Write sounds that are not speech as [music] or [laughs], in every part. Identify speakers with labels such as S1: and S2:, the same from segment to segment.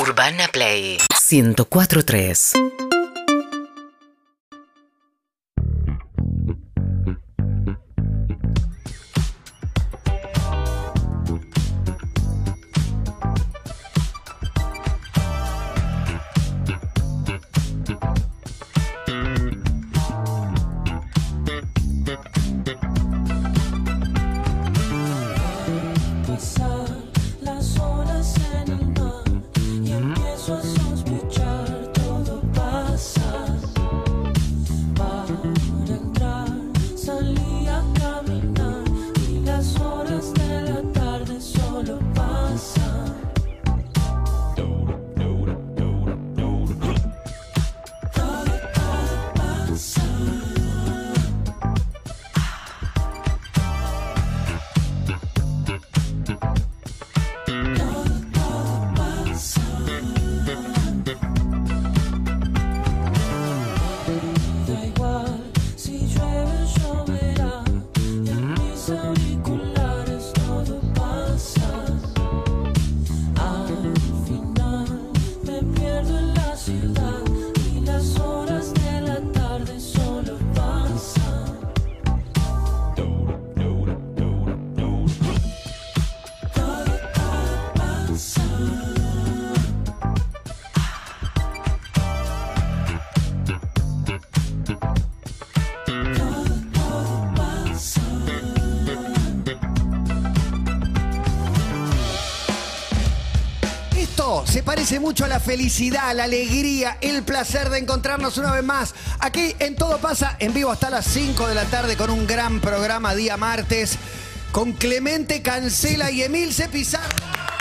S1: Urbana Play 1043.
S2: Pasar las horas en el mar y empiezo a sospechar todo pasa. Para entrar salí a caminar y las horas de la tarde solo pasan. Todo, todo pasa. Da igual si llueve lloverá, en mis auriculares todo pasa. Al final me pierdo en la ciudad y las horas de la tarde solo pasan. Todo, todo pasa. Todo, todo pasa.
S3: Esto se parece mucho a la felicidad, la alegría, el placer de encontrarnos una vez más. Aquí en Todo pasa, en vivo hasta las 5 de la tarde con un gran programa día martes con Clemente Cancela y Emil Cepizar.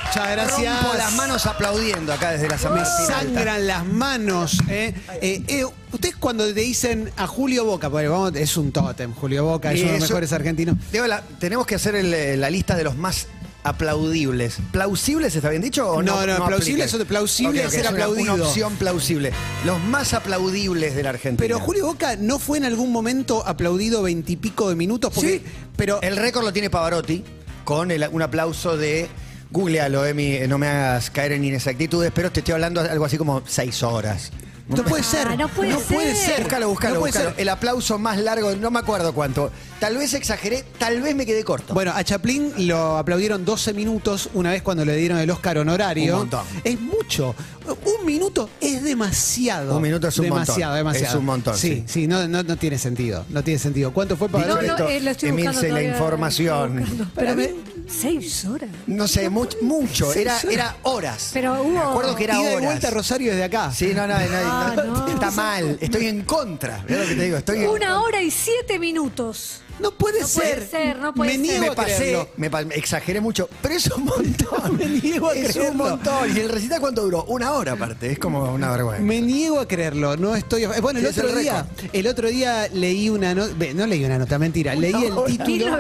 S4: Muchas gracias.
S3: Rompo las manos aplaudiendo acá desde la
S4: Me
S3: Asamblea. Alta.
S4: sangran las manos. ¿eh? Eh, eh, Ustedes cuando te dicen a Julio Boca, porque vamos, es un tótem, Julio Boca, es
S3: Y
S4: uno de
S3: eso-
S4: los mejores argentinos.
S3: Diego, la- tenemos que hacer el, eh, la lista de los más aplaudibles. ¿Plausibles está bien dicho o no?
S4: No, no, plausible
S3: aplica?
S4: es otro- plausible
S3: Ok, ok,
S4: es ser
S3: es una- Una
S4: aplaudido.
S3: opción plausible. Los más aplaudibles de la Argentina.
S4: Pero Julio Boca no fue en algún momento aplaudido veintipico de minutos, porque
S3: Sí,
S4: pero
S3: El récord lo tiene Pavarotti con el- un aplauso de. Googlealo, Emi, eh, no me hagas caer en inexactitudes, pero te estoy hablando algo así como seis horas.
S4: no puede ser.
S5: Ah, no puede ser.
S3: Búscalo, búscalo,
S4: No puede
S3: búscalo.
S4: ser.
S3: El aplauso más largo, no me acuerdo cuánto. Tal vez exageré, tal vez me quedé corto.
S4: Bueno, a Chaplin lo aplaudieron 12 minutos una vez cuando le dieron el Oscar honorario.
S3: Un montón.
S4: Es mucho. Un minuto es demasiado.
S3: Un minuto es un montón.
S4: demasiado, Demasiado,
S3: Es un montón, sí.
S4: Sí, sí, no, no, no tiene sentido. No tiene sentido. ¿Cuánto fue para
S3: Dicho
S5: No, no,
S3: esto,
S5: eh, lo estoy
S3: Emilce,
S5: buscando
S3: la
S5: todavía,
S3: información.
S5: lo estoy buscando.
S4: Para
S5: Pero
S4: mí-
S5: seis horas.
S3: no sé, much- mucho, era, era horas.
S5: Pero hubo-
S3: Me acuerdo que era
S4: Ida
S3: horas.
S4: y vuelta a Rosario desde acá.
S3: Sí, no, no, no,
S5: Ah,
S3: no,
S5: no.
S3: está mal. Estoy en contra. ¿Ves lo que te digo? Estoy en
S5: Una hora y siete minutos.
S4: No puede
S5: No
S4: ser.
S5: puede ser, no puede
S4: Me
S5: ser.
S4: niego
S3: me
S4: a
S3: pasé,
S4: creerlo.
S3: me, pa- me exageré mucho, pero es un
S4: [laughs]
S3: montón.
S4: Me niego a
S3: es un
S4: creerlo.
S3: montón. ¿Y el recital cuánto duró? Una hora aparte, es como una vergüenza.
S4: Me niego a creerlo, no estoy. Bueno, el
S3: Es el
S4: otro día, el otro día leí una nota, no leí una nota, mentira, leí el
S3: hora.
S4: título.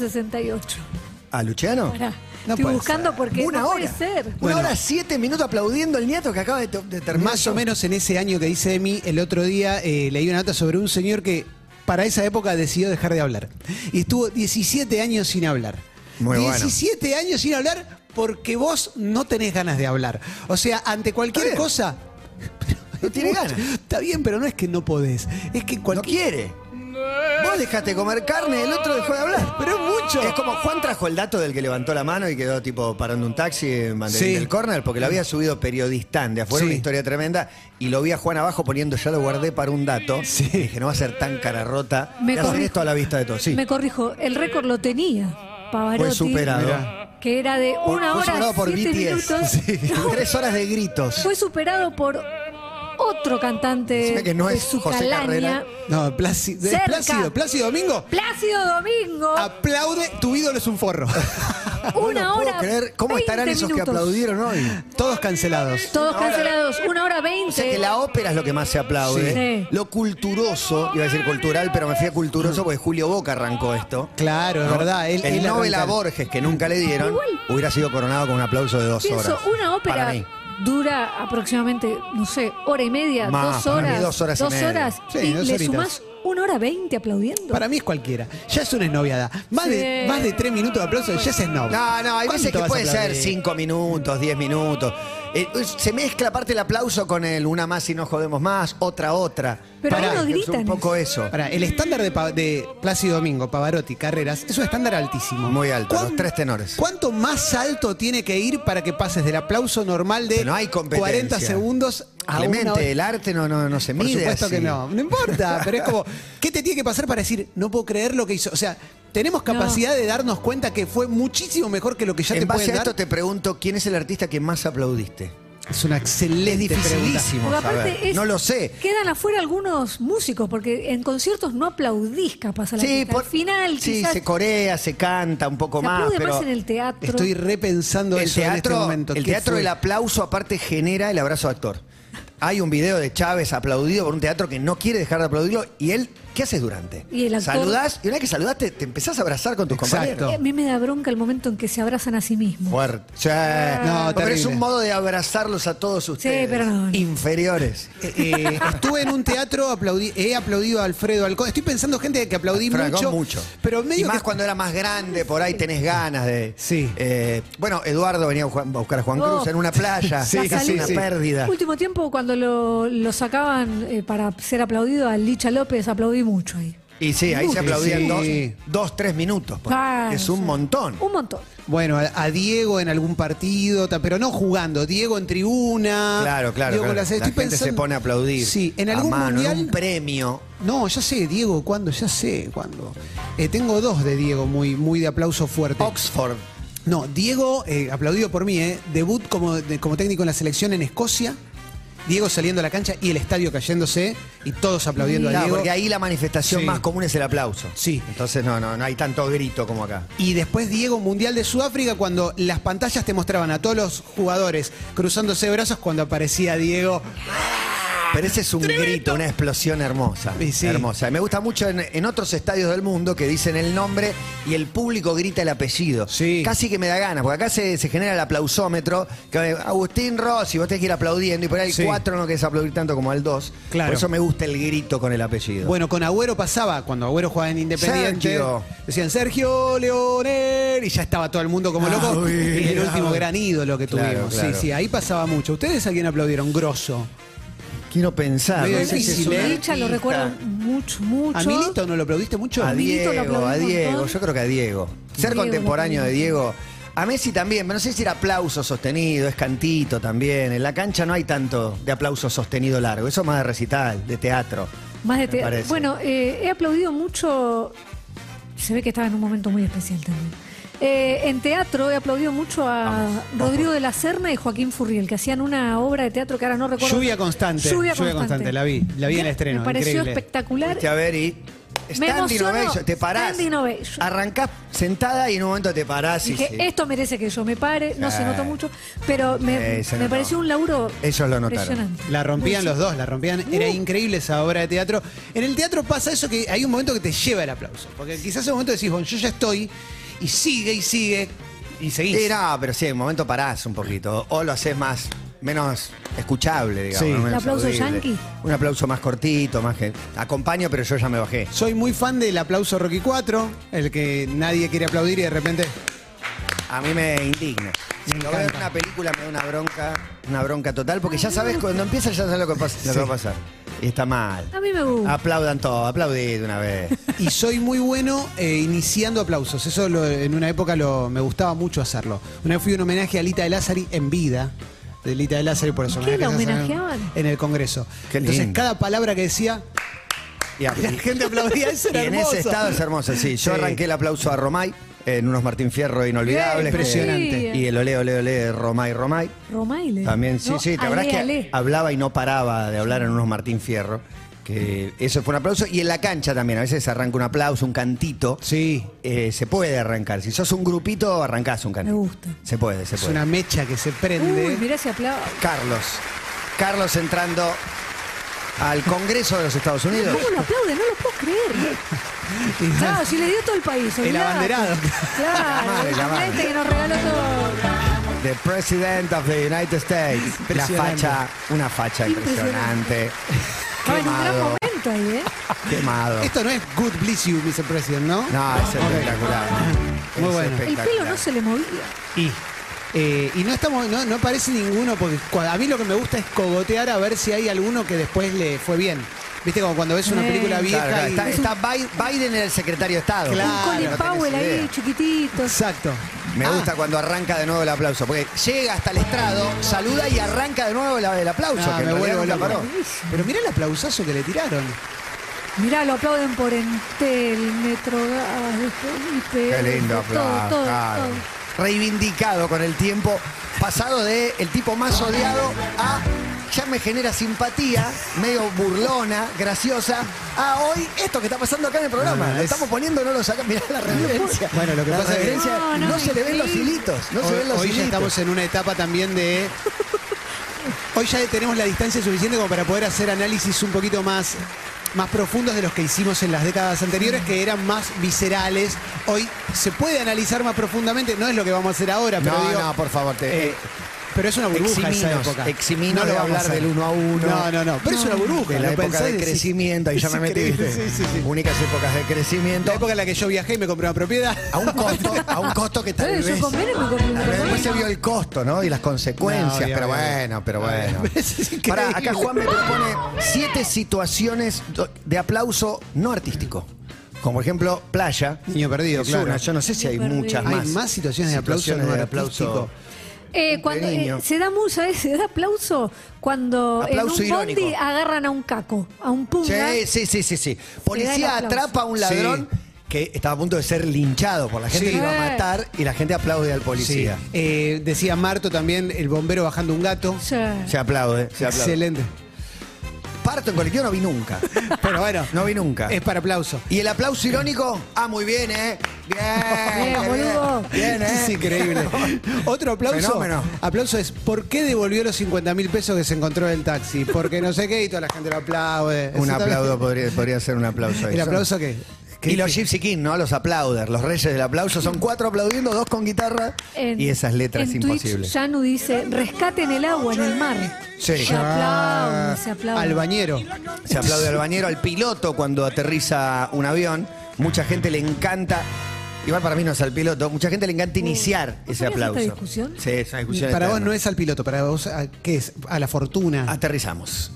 S5: 1968.
S3: ¿A Luciano?
S5: Pará.
S4: No
S5: estoy
S4: puede
S5: buscando
S4: ser.
S5: porque
S3: una
S5: no
S3: hora.
S5: puede ser.
S3: Una
S4: Bueno.
S3: hora siete minutos aplaudiendo al nieto que acaba de, to- de terminar.
S4: Más o menos en ese año que dice Emi, el otro día eh, leí una nota sobre un señor que para esa época decidió dejar de hablar. Y estuvo 17 años sin hablar.
S3: Muy bueno.
S4: 17 años sin hablar porque vos no tenés ganas de hablar. O sea, ante cualquier
S3: Está bien.
S4: cosa.
S3: [laughs] No tiene ganas.
S4: Está bien, pero no es que no podés. Es que
S3: No
S4: cualquier.
S3: quiere. Vos dejaste de comer carne, el otro dejó de hablar. Pero es mucho. Es como Juan trajo el dato del que levantó la mano y quedó tipo parando un taxi en Banderín
S4: Sí.
S3: del Corner, porque lo había subido periodistán de afuera,
S4: Sí.
S3: una historia tremenda, y lo vi a Juan abajo poniendo, ya lo guardé para un dato.
S4: Sí.
S3: Y dije, no va a ser tan cara rota.
S5: Me
S3: Me hacer
S5: corrijo.
S3: esto a la vista de todos. Sí.
S5: Me corrijo, el récord lo tenía Pavarotti.
S3: Fue superado.
S4: Mirá.
S5: Que era de
S3: Por-
S5: una
S3: fue
S5: hora
S3: superado por
S5: siete
S3: BTS.
S5: minutos.
S3: Sí.
S5: [laughs]
S3: Tres horas de gritos.
S5: Fue superado por otro cantante
S3: Decime que no
S5: de
S3: es
S5: su
S3: José Carrera.
S5: calaña.
S4: No, Pláci- es
S5: Cerca.
S4: Plácido, Plácido Domingo.
S5: Plácido Domingo,
S3: Ah,
S4: Aplaude, tu ídolo es un forro.
S5: una
S3: No puedo
S5: hora.
S3: creer ¿Cómo estarán
S5: 20
S3: esos que
S5: minutos.
S3: aplaudieron hoy?
S4: Todos cancelados.
S5: Todos cancelados, una hora veinte.
S3: O sea que la ópera es lo que más se aplaude.
S5: Sí. Sí.
S3: Lo culturoso, iba a decir cultural, pero me fui a culturoso porque Julio Boca arrancó esto.
S4: Claro, es
S3: ¿no?
S4: verdad. Él,
S3: el
S4: él
S3: Nobel a
S4: arranca-
S3: Borges, que nunca le dieron,
S5: Igual-
S3: hubiera sido coronado con un aplauso de dos
S5: Pienso,
S3: horas.
S5: una
S3: Para
S5: ópera
S3: mí.
S5: dura aproximadamente, no sé, hora y media,
S3: Más,
S5: dos
S3: para mí
S5: horas.
S3: dos horas y media.
S5: horas,
S4: Sí,
S5: y
S4: dos
S5: le
S4: horitas.
S5: sumás una Una hora veinte aplaudiendo.
S4: Para mí es cualquiera. Ya es una esnoviada. Más, de,
S5: Sí.
S4: más de tres minutos de aplauso ya es esnob.
S3: No, no, hay
S4: ¿Cuánto
S3: veces que
S4: vas a
S3: puede ser
S4: aplaudir?
S3: 5 minutos, 10 minutos. Eh, se mezcla aparte el aplauso con el una más y no jodemos más, otra, otra.
S5: Pero ahí
S3: Pará,
S5: no
S3: que Es un
S5: gritan.
S3: poco eso.
S4: Pará, el estándar de, Pa- de Plácido Domingo, Pavarotti, Carreras, es un estándar altísimo.
S3: Muy alto,
S4: ¿Cuán-
S3: los tres tenores.
S4: ¿Cuánto más alto tiene que ir para que pases del aplauso normal de
S3: No hay competencia.
S4: 40 segundos a Ah, una hora?
S3: Clemente, el arte no, no, no se
S4: Por
S3: mide
S4: supuesto
S3: así.
S4: que no, no importa, pero
S3: [laughs]
S4: es como, ¿qué te tiene que pasar para decir, no puedo creer lo que hizo? O sea, tenemos capacidad de darnos cuenta que fue muchísimo mejor que lo que ya te
S3: en base
S4: pueden
S3: a esto
S4: dar.
S3: te pregunto, ¿quién es el artista que más aplaudiste?
S4: Es una excelente
S3: Es dificilísimo
S5: Porque
S3: saber.
S5: aparte es-
S3: No lo sé.
S5: Quedan afuera algunos músicos, porque en conciertos no aplaudís capaz a la
S3: Sí,
S5: gente.
S3: por-
S5: Al final
S3: sí,
S5: quizás
S3: se corea, se canta un poco
S5: se
S3: más,
S5: aplaude
S3: pero
S5: más en el teatro.
S4: Estoy repensando
S3: el
S4: eso en este
S3: teatro,
S4: momento.
S3: el
S4: ¿Qué
S3: teatro
S4: fue?
S3: el aplauso aparte genera el abrazo de actor. Hay un video de Chávez aplaudido por un teatro que no quiere dejar de aplaudirlo y él, ¿qué haces durante?
S5: Y el actor-
S3: Saludás y una vez que saludaste te empezás a abrazar con tus
S4: Exacto.
S5: Eh,
S3: compañeros.
S5: A mí me da bronca el momento en que se abrazan a sí mismos.
S3: Fuerte. Sí.
S4: No,
S3: pero es
S4: terrible.
S3: un modo de abrazarlos a todos ustedes.
S5: pero no, no.
S3: Inferiores.
S4: Eh, eh, [laughs] estuve en un teatro, aplaudí- he aplaudido a Alfredo Alcón. Estoy pensando gente que aplaudí
S3: Fragón
S4: mucho,
S3: mucho.
S4: Pero medio
S3: y más
S4: que-
S3: cuando era más grande, por ahí tenés ganas de.
S4: Sí.
S3: Eh, bueno, Eduardo venía a Juan- a buscar a Juan Cruz
S5: Oh.
S3: en una playa.
S4: Sí,
S3: casi
S4: sí,
S3: una
S4: sí.
S3: pérdida.
S5: Último tiempo, cuando lo, lo sacaban eh, para ser aplaudido a Licha López, aplaudí mucho ahí.
S3: Y sí, ahí se
S4: Uy,
S3: aplaudían
S4: sí.
S3: dos, dos, tres minutos. ponele,
S5: Ah,
S3: que es un
S5: sí.
S3: montón.
S5: Un montón.
S4: Bueno, a, a Diego en algún partido, ta- pero no jugando, Diego en tribuna.
S3: Claro, claro.
S4: Diego
S3: claro.
S4: con las-
S3: La
S4: estoy
S3: gente se
S4: pensando-
S3: pone a aplaudir.
S4: Sí, en
S3: a
S4: algún
S3: mano,
S4: mundial.
S3: un premio.
S4: No, ya sé, Diego, ¿cuándo? Ya sé, ¿cuándo? Eh, tengo dos de Diego, muy, muy de aplauso fuerte.
S3: Oxford.
S4: No, Diego, eh, aplaudido por mí, ¿eh? Debut como, de- como técnico en la selección en Escocia. Diego saliendo a la cancha y el estadio cayéndose y todos aplaudiendo a
S3: Claro,
S4: Diego.
S3: porque ahí la manifestación
S4: Sí.
S3: más común es el aplauso.
S4: Sí.
S3: Entonces no, no, no hay tanto grito como acá.
S4: Y después Diego Mundial de Sudáfrica cuando las pantallas te mostraban a todos los jugadores cruzándose de brazos cuando aparecía Diego.
S3: Pero ese es un grito, una explosión hermosa.
S4: Y sí.
S3: Hermosa. Me gusta mucho en, en otros estadios del mundo que dicen el nombre y el público grita el apellido.
S4: Sí.
S3: Casi que me da ganas, porque acá se, se genera el aplausómetro. Que, eh, Agustín Rossi, vos tenés que ir aplaudiendo y por ahí el
S4: Sí.
S3: 4 no querés aplaudir tanto como al 2.
S4: Claro.
S3: Por eso me gusta el grito con el apellido.
S4: Bueno, con Agüero pasaba, cuando Agüero jugaba en Independiente,
S3: Sergio.
S4: decían Sergio Leonel y ya estaba todo el mundo como loco.
S3: Agüero.
S4: Y el último gran ídolo que
S3: Ah, Claro,
S4: tuvimos.
S3: claro.
S4: Sí, sí, ahí pasaba mucho. ¿Ustedes a quién aplaudieron? Grosso.
S3: Quiero pensar.
S4: Medio
S3: no sé si es
S4: difícil,
S3: un
S4: ¿eh?
S5: Licha lo
S3: artista.
S5: recuerdo mucho, mucho.
S4: ¿A Milito no lo aplaudiste mucho?
S3: A
S5: Milito lo
S3: Diego, a
S5: aplaudí un
S3: Diego,
S5: montón.
S3: yo creo que a Diego. Ser
S5: Diego,
S3: contemporáneo de
S5: también.
S3: Diego. A Messi también, pero no sé si era aplauso sostenido, es cantito también. En la cancha no hay tanto de aplauso sostenido largo, eso es más de recital, de teatro.
S5: Más de
S3: me
S5: te-
S3: parece.
S5: Bueno, eh, he aplaudido mucho. Se ve que estaba en un momento muy especial también. Eh, en teatro he aplaudido mucho a
S3: Vamos, vamos.
S5: Rodrigo de la Serna y Joaquín Furriel, que hacían una obra de teatro que ahora no recuerdo.
S4: Lluvia constante.
S5: Lluvia constante.
S4: la vi. La vi en el
S5: Me-
S4: estreno.
S5: Me pareció
S4: increíble.
S5: espectacular.
S3: Fuiste a ver y.
S5: Me
S3: Standing
S5: emocionó.
S3: ovation, te parás.
S5: Standing ovation.
S3: Arrancás sentada y en un momento te parás y.
S5: Dije,
S3: sí.
S5: esto merece que yo me pare. No se
S3: Sí.
S5: notó mucho, pero me,
S3: Sí, se
S5: me
S3: notó.
S5: pareció un laburo
S3: Ellos lo notaron.
S5: impresionante.
S4: La rompían los dos, la rompían. Era increíble esa obra de teatro. En el teatro pasa eso que hay un momento que te lleva el aplauso. Porque quizás en un momento decís, bueno, yo ya estoy, y sigue y sigue, y seguís.
S3: Sí, no, pero sí, en un momento parás un poquito. O lo haces más, menos escuchable, digamos.
S4: Sí.
S3: ¿no? Menos
S5: ¿El aplauso
S3: audible.
S5: yankee?
S3: Un aplauso más cortito, más que. Acompaño, pero yo ya me bajé.
S4: Soy muy fan del aplauso Rocky 4, el que nadie quiere aplaudir y de repente.
S3: A mí me indigna. Si lo veo en una película me da una bronca, una bronca total, porque ya sabes, cuando empieza ya sabes lo que, pas- lo que va a pasar. Y está mal.
S5: A mí me gusta.
S3: Aplaudan todo, aplaudid de una
S4: [laughs]
S3: vez.
S4: Y soy muy bueno eh, iniciando aplausos. Eso lo- en una época lo, me gustaba mucho hacerlo. Una vez fui a un homenaje a Lita de Lázari en vida. De Lita de Lázari por eso.
S5: ¿Qué la homenajeaban?
S4: En el Congreso.
S3: Qué
S4: Entonces,
S3: lindo.
S4: cada palabra que decía,
S3: Y, a-
S4: la gente aplaudía. Eso
S3: y
S4: era
S3: en
S4: hermoso.
S3: ese estado es hermoso, sí. Yo
S4: Sí.
S3: arranqué el aplauso a Romay en unos Martín Fierro inolvidables.
S4: Bien, impresionante.
S3: que- Y el olé, olé, olé de Romay, Romay.
S5: Romaile.
S3: También, sí,
S5: No,
S3: sí. La
S5: Ale,
S3: verdad es que
S5: Ale.
S3: hablaba y no paraba de hablar en unos Martín Fierro. Que eso fue un aplauso. Y en la cancha también, a veces arranca un aplauso, un cantito.
S4: Sí.
S3: Eh, se puede arrancar. Si sos un grupito, arrancás un cantito.
S5: Me gusta.
S3: Se puede, se
S4: Es
S3: puede.
S4: una mecha que se prende.
S5: Uy, mirá ese aplauso.
S3: Carlos. Carlos entrando al Congreso de los Estados Unidos.
S5: ¿Cómo lo aplauden? No lo puedo creer.
S4: Y nada.
S5: Claro, si le dio todo el país.
S4: El
S5: olvidate.
S4: abanderado.
S5: Claro,
S3: [laughs] La madre, la madre.
S5: este que nos regaló todo.
S3: The President of the United States. La
S4: Impresionante.
S3: facha, una facha impresionante.
S5: Estaba en un gran
S3: Quemado.
S5: momento. poquito ahí, ¿eh?
S3: Quemado.
S4: Esto no es Good Bless You, Mr. President, ¿no?
S3: No, es espectacular.
S4: Muy
S3: Es
S4: bueno.
S5: El
S3: espectacular.
S5: pelo no se le movía.
S4: Y, eh, y no estamos, no, no aparece ninguno, porque cua- a mí lo que me gusta es cogotear a ver si hay alguno que después le fue bien. Viste como cuando ves una
S5: Eh.
S4: película vieja
S3: Claro, claro,
S4: y-
S3: está, está Bi- Biden en el secretario de Estado.
S4: Claro,
S5: Un Colin
S3: no tenés
S5: Powell ahí,
S3: idea.
S5: chiquitito.
S4: Exacto.
S3: Me
S4: Ah,
S3: gusta cuando arranca de nuevo el aplauso, porque llega hasta el estrado, saluda y arranca de nuevo la- el aplauso,
S4: ah,
S3: que en
S4: me
S3: realidad
S4: vuelvo
S3: nunca
S4: loco.
S3: paró.
S4: Pero mirá el aplausazo que
S3: [laughs]
S4: le tiraron.
S5: Mirá, lo aplauden por Entel, Metrogas, después
S3: Qué
S5: IPF,
S3: lindo
S5: todo,
S3: aplauso.
S5: todo,
S3: claro.
S5: todo.
S3: Reivindicado con el tiempo, pasado de el tipo más odiado a ya me genera simpatía, medio burlona, graciosa, a hoy esto que está pasando acá en el programa.
S4: Ah,
S3: lo
S4: es-
S3: estamos poniendo, no lo saca. [laughs] Mirá la reverencia.
S4: Bueno, lo que
S3: La
S4: pasa es que-
S3: reverencia,
S5: No,
S3: no,
S5: no,
S3: se le ven los
S5: increíble.
S3: hilitos, no se
S4: hoy,
S3: ven los
S4: hoy ya
S3: hilitos.
S4: estamos en una etapa
S3: [laughs]
S4: también de. Hoy ya tenemos la distancia suficiente como para poder hacer análisis un poquito más, más profundos de los que hicimos en las décadas anteriores, que eran más viscerales. Hoy se puede analizar más profundamente, no es lo que vamos a hacer ahora, pero
S3: No,
S4: digo,
S3: no, por favor, te-
S4: eh, pero es una burbuja esa
S3: Eximinos,
S4: época.
S3: eximinos
S4: lo
S3: de
S4: vamos a
S3: hablar
S4: hacer.
S3: del uno a uno.
S4: No, no, no. Pero es una burbuja.
S3: de
S4: lo
S3: la época
S4: pensás y
S3: de
S4: decís,
S3: crecimiento, ahí ya
S4: es
S3: me metí.
S4: increíble,
S3: ¿viste?
S4: sí, sí, sí.
S3: Únicas épocas de crecimiento.
S4: La época en la que yo viajé y me compré una propiedad.
S3: A un costo, a un costo que tal
S5: Eh,
S3: vez.
S5: yo con menos me compré un
S3: tal vez después se
S5: departamento.
S3: vio el costo, ¿no? Y las consecuencias.
S4: No, obvio,
S3: pero
S4: obvio.
S3: bueno, pero
S4: Obvio.
S3: bueno.
S4: [laughs] Es increíble.
S3: Pará, acá Juan me propone siete situaciones do- de aplauso no artístico. Como por ejemplo, playa.
S4: Niño perdido,
S3: Es
S4: claro.
S3: una, yo no sé si hay
S5: Niño perdido.
S3: muchas
S4: Hay
S3: más.
S4: más situaciones de aplauso no
S3: de
S4: artístico.
S5: Eh, cuando, eh,
S3: niño.
S5: se da mucho, eh, se da aplauso cuando
S3: Aplauso
S5: en un bondi
S3: irónico.
S5: agarran a un caco, a un punga.
S3: Sí, sí, sí, sí,
S5: Se
S3: sí.
S5: da
S3: Policía
S5: el aplauso.
S3: atrapa a un ladrón
S4: Sí.
S3: que estaba a punto de ser linchado por la gente
S4: Sí.
S3: que iba a
S5: Eh.
S3: matar y la gente aplaude al
S4: Sí.
S3: policía.
S4: Eh, decía Marto también, el bombero bajando un gato.
S5: Sí.
S3: Se aplaude, se aplaude.
S4: Excelente.
S3: Parto en colectivo no vi nunca.
S4: [laughs] Pero bueno,
S3: No vi nunca.
S4: es para aplauso.
S3: ¿Y el aplauso irónico? Ah, muy bien, ¿eh? Bien.
S5: Bien,
S3: qué
S5: boludo.
S3: Bien, bien, ¿eh? [laughs]
S4: Es increíble. Otro aplauso.
S3: Fenómeno.
S4: Aplauso es ¿por qué devolvió los 50 mil pesos que se encontró en el taxi? Porque no sé qué y toda la gente lo aplaude.
S3: [laughs] Un
S4: Eso también-
S3: aplauso podría, podría ser un aplauso. ahí.
S4: ¿El aplauso qué? ¿Qué
S3: Y los
S4: dice?
S3: Gypsy King, ¿no? Los aplauders, los reyes del aplauso. Son cuatro aplaudiendo, dos con guitarra
S5: En-
S3: y esas letras
S5: en
S3: imposibles.
S5: Twitch, Yanu dice, rescaten el agua en el mar.
S3: Sí.
S5: Se aplaude, se aplaude.
S4: Al bañero.
S3: Se aplaude al bañero, al piloto cuando aterriza un avión. Mucha gente le encanta. Igual para mí no es al piloto, mucha gente le encanta iniciar
S5: Uh, ¿No
S3: ese
S5: sabías
S3: aplauso.
S5: esta discusión?
S3: Sí, es una discusión.
S4: Para vos
S3: eterna.
S4: no es al piloto, para vos, ¿a ¿qué es? A la fortuna.
S3: Aterrizamos.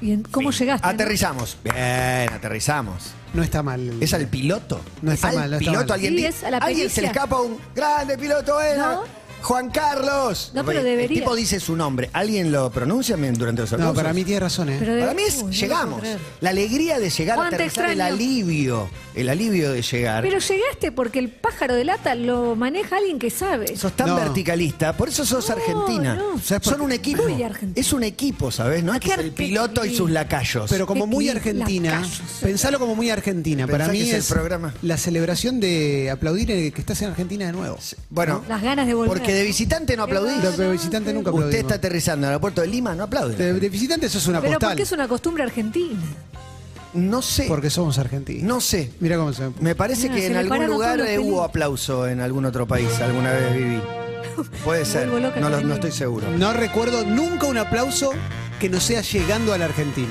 S5: ¿Y en- ¿Cómo llegaste? no?
S3: Aterrizamos. Bien, aterrizamos.
S4: No está mal.
S3: Es al piloto.
S4: No está
S3: al
S4: mal, no está
S3: piloto,
S4: mal.
S3: alguien,
S5: Sí,
S3: di-
S5: es a la
S3: alguien se le
S5: pericia.
S3: escapa un grande piloto era
S5: No.
S3: Juan Carlos.
S5: No, pero
S3: El
S5: debería.
S3: tipo dice su nombre. ¿Alguien lo pronuncia men- durante los
S4: No,
S3: aplausos?
S4: para mí tiene razón, ¿eh?
S5: Pero de-
S3: Para mí es
S5: Uy, no lo
S3: llegamos.
S5: puedo creer.
S3: la alegría de llegar,
S5: Juan, te
S3: aterrizar, el
S5: extraño.
S3: alivio, el alivio de llegar.
S5: Pero llegaste porque el pájaro de lata lo maneja alguien que sabe.
S3: Sos tan
S4: No.
S3: verticalista, por eso sos
S5: No,
S3: argentina.
S5: no.
S4: ¿Sabes por
S3: Son
S4: qué?
S3: un equipo.
S5: Muy argentina.
S3: Es un equipo, ¿sabes? No es
S5: Qué
S3: que es el
S5: arque-
S3: piloto y sus lacayos.
S4: Pero como muy
S5: Tequila,
S4: argentina,
S5: callos.
S4: pensalo como muy argentina.
S3: Pensá
S4: Para mí
S3: que es
S4: es,
S3: el programa.
S4: la celebración de aplaudir eh, que estás en Argentina de nuevo.
S3: bueno,
S5: Las ganas de volver.
S3: porque de visitante no aplaudís.
S4: Los visitantes nunca
S3: Usted
S4: aplaudimos.
S3: está aterrizando en el aeropuerto de Lima, no aplaude.
S4: De, de visitante sos una
S5: Pero
S4: postal.
S5: porque es una costumbre argentina.
S3: No sé.
S4: Porque somos argentinos.
S3: No sé.
S4: Mira cómo se
S3: Me parece
S5: Mirá,
S3: que
S5: se
S3: en
S5: le
S3: algún
S5: pararon
S3: lugar
S5: todos los
S3: eh, hubo
S5: pelitos.
S3: aplauso en algún otro país, alguna vez viví.
S5: [laughs]
S3: Puede ser.
S5: vuelvo loca
S3: No, lo-
S5: con
S3: no
S5: el-
S3: estoy seguro.
S4: No recuerdo nunca un aplauso que no sea llegando a la Argentina.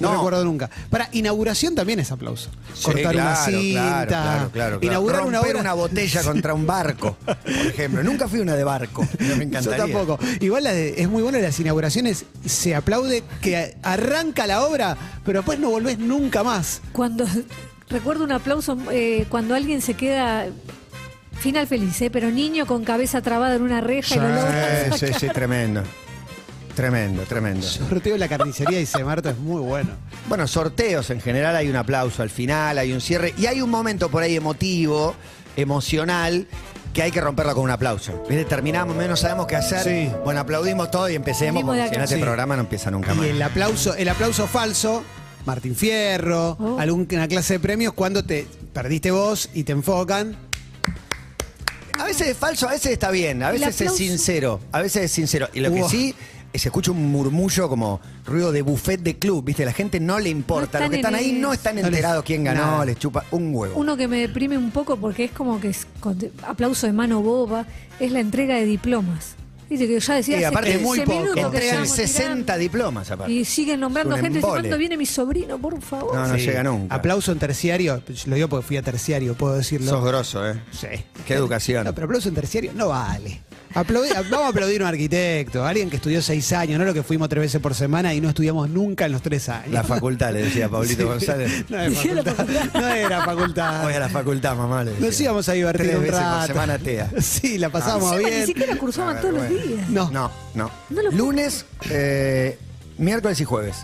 S4: No,
S3: No.
S4: recuerdo nunca. Para inauguración también es aplauso. Cortar una
S3: claro,
S4: cinta,
S3: claro, claro, claro, claro.
S4: inaugurar una
S3: Romper
S4: obra.
S3: una
S4: [laughs]
S3: botella contra un barco, por ejemplo. Nunca fui una de barco, pero me
S4: Yo
S3: encantaría.
S4: tampoco. Igual la de- es muy bueno las inauguraciones, se aplaude que a- arranca la obra, pero después no volvés nunca más.
S5: Cuando [laughs] recuerdo un aplauso eh, cuando alguien se queda final feliz, ¿eh? pero niño con cabeza trabada en una reja
S3: Sí,
S5: y lo logra.
S3: sí, sí, tremendo. Tremendo, tremendo.
S4: Sorteo de la carnicería, dice Marta, es muy bueno.
S3: Bueno, sorteos en general, hay un aplauso al final, hay un cierre y hay un momento por ahí emotivo, emocional, que hay que romperlo con un aplauso. ¿Viste? Terminamos, menos sabemos qué hacer.
S4: Sí.
S3: Bueno, aplaudimos todo y empecemos,
S5: Salimos de
S3: porque si
S5: acá.
S3: no este
S4: Sí.
S3: programa no empieza nunca
S4: Y
S3: más.
S4: el aplauso, el aplauso falso, Martín Fierro,
S5: Oh.
S4: alguna clase de premios, cuando te perdiste vos y te enfocan.
S3: A veces es falso, a veces está bien, a
S5: El
S3: veces es
S5: aplauso.
S3: sincero, a veces es sincero. Y lo que
S4: Wow.
S3: sí, eh, se escucha un murmullo como ruido de buffet de club, ¿viste? La gente no le importa,
S5: No
S3: los que
S5: están
S3: están
S5: en
S3: ahí no
S5: eso.
S3: están
S4: No les-
S3: enterados quién ganó,
S4: nada.
S3: les chupa un huevo.
S5: Uno que me deprime un poco porque es como que es con- aplauso de mano boba, es la entrega de diplomas. Dice que ya decía
S3: Y
S5: hace
S3: aparte
S5: 15
S3: muy poco.
S5: minutos que
S3: Entre
S5: estábamos
S3: 60
S5: tirando.
S3: diplomas aparte.
S5: Y siguen nombrando
S3: Es un
S5: gente. Dice,
S3: embole.
S5: ¿Cuándo viene mi sobrino, por favor?
S3: No, no llega nunca.
S4: Aplauso en terciario, lo digo porque fui a terciario, puedo decirlo.
S3: Sos grosso, ¿eh?
S4: Sí.
S3: Qué educación.
S4: No, pero aplauso en terciario no vale. Aplaudi- vamos a aplaudir a un arquitecto, a alguien que estudió seis años, no lo que fuimos tres veces por semana y no estudiamos nunca en los tres años.
S3: La facultad, le decía Paulito
S4: Sí. [laughs]
S3: González.
S4: No era facultad. No era facultad.
S3: Voy a la facultad, mamá. Le decía.
S4: Nos íbamos a divertir
S3: Tres
S4: un
S3: veces
S4: rato.
S3: por semana
S4: [laughs]
S3: TEA.
S4: Sí, la pasamos
S5: Encima
S4: bien.
S5: Ni siquiera cursaban
S3: A ver,
S5: todos los
S3: bueno.
S5: días.
S4: No.
S3: No, no.
S5: No lo-
S3: lunes, eh, miércoles y jueves.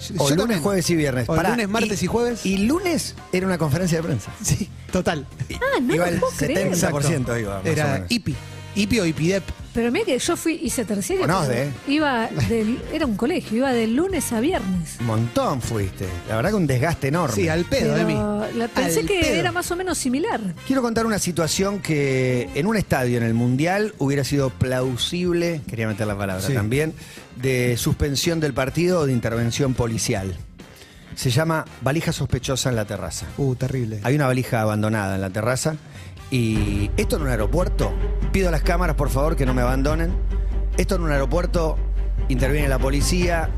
S4: Yo
S3: O lunes,
S4: también.
S3: jueves y viernes.
S4: O
S3: Pará,
S4: lunes, martes y, jueves.
S3: Y lunes era una conferencia de prensa.
S4: sí, total.
S5: Ah, no
S3: Iba
S5: lo
S3: el
S5: puedo creer.
S3: 70% iba. más o
S4: Era
S3: menos.
S4: hippie. Hippie o hipidep.
S5: Pero mira que yo fui, hice terciario.
S3: Conozco,
S5: pero
S3: ¿eh?
S5: Iba del, era un colegio, iba de lunes a viernes.
S3: Un montón fuiste. La verdad que un desgaste enorme.
S4: Sí, al pedo de mí.
S5: Pero la- pensé
S4: Al
S5: que
S4: pedo.
S5: era más o menos similar.
S3: Quiero contar una situación que en un estadio en el Mundial hubiera sido plausible, quería meter la palabra
S4: Sí.
S3: también, de suspensión del partido o de intervención policial. Se llama valija sospechosa en la terraza.
S4: Uh, terrible.
S3: Hay una valija abandonada en la terraza y esto en un aeropuerto. Pido a las cámaras, por favor, que no me abandonen. Esto en un aeropuerto, interviene la policía,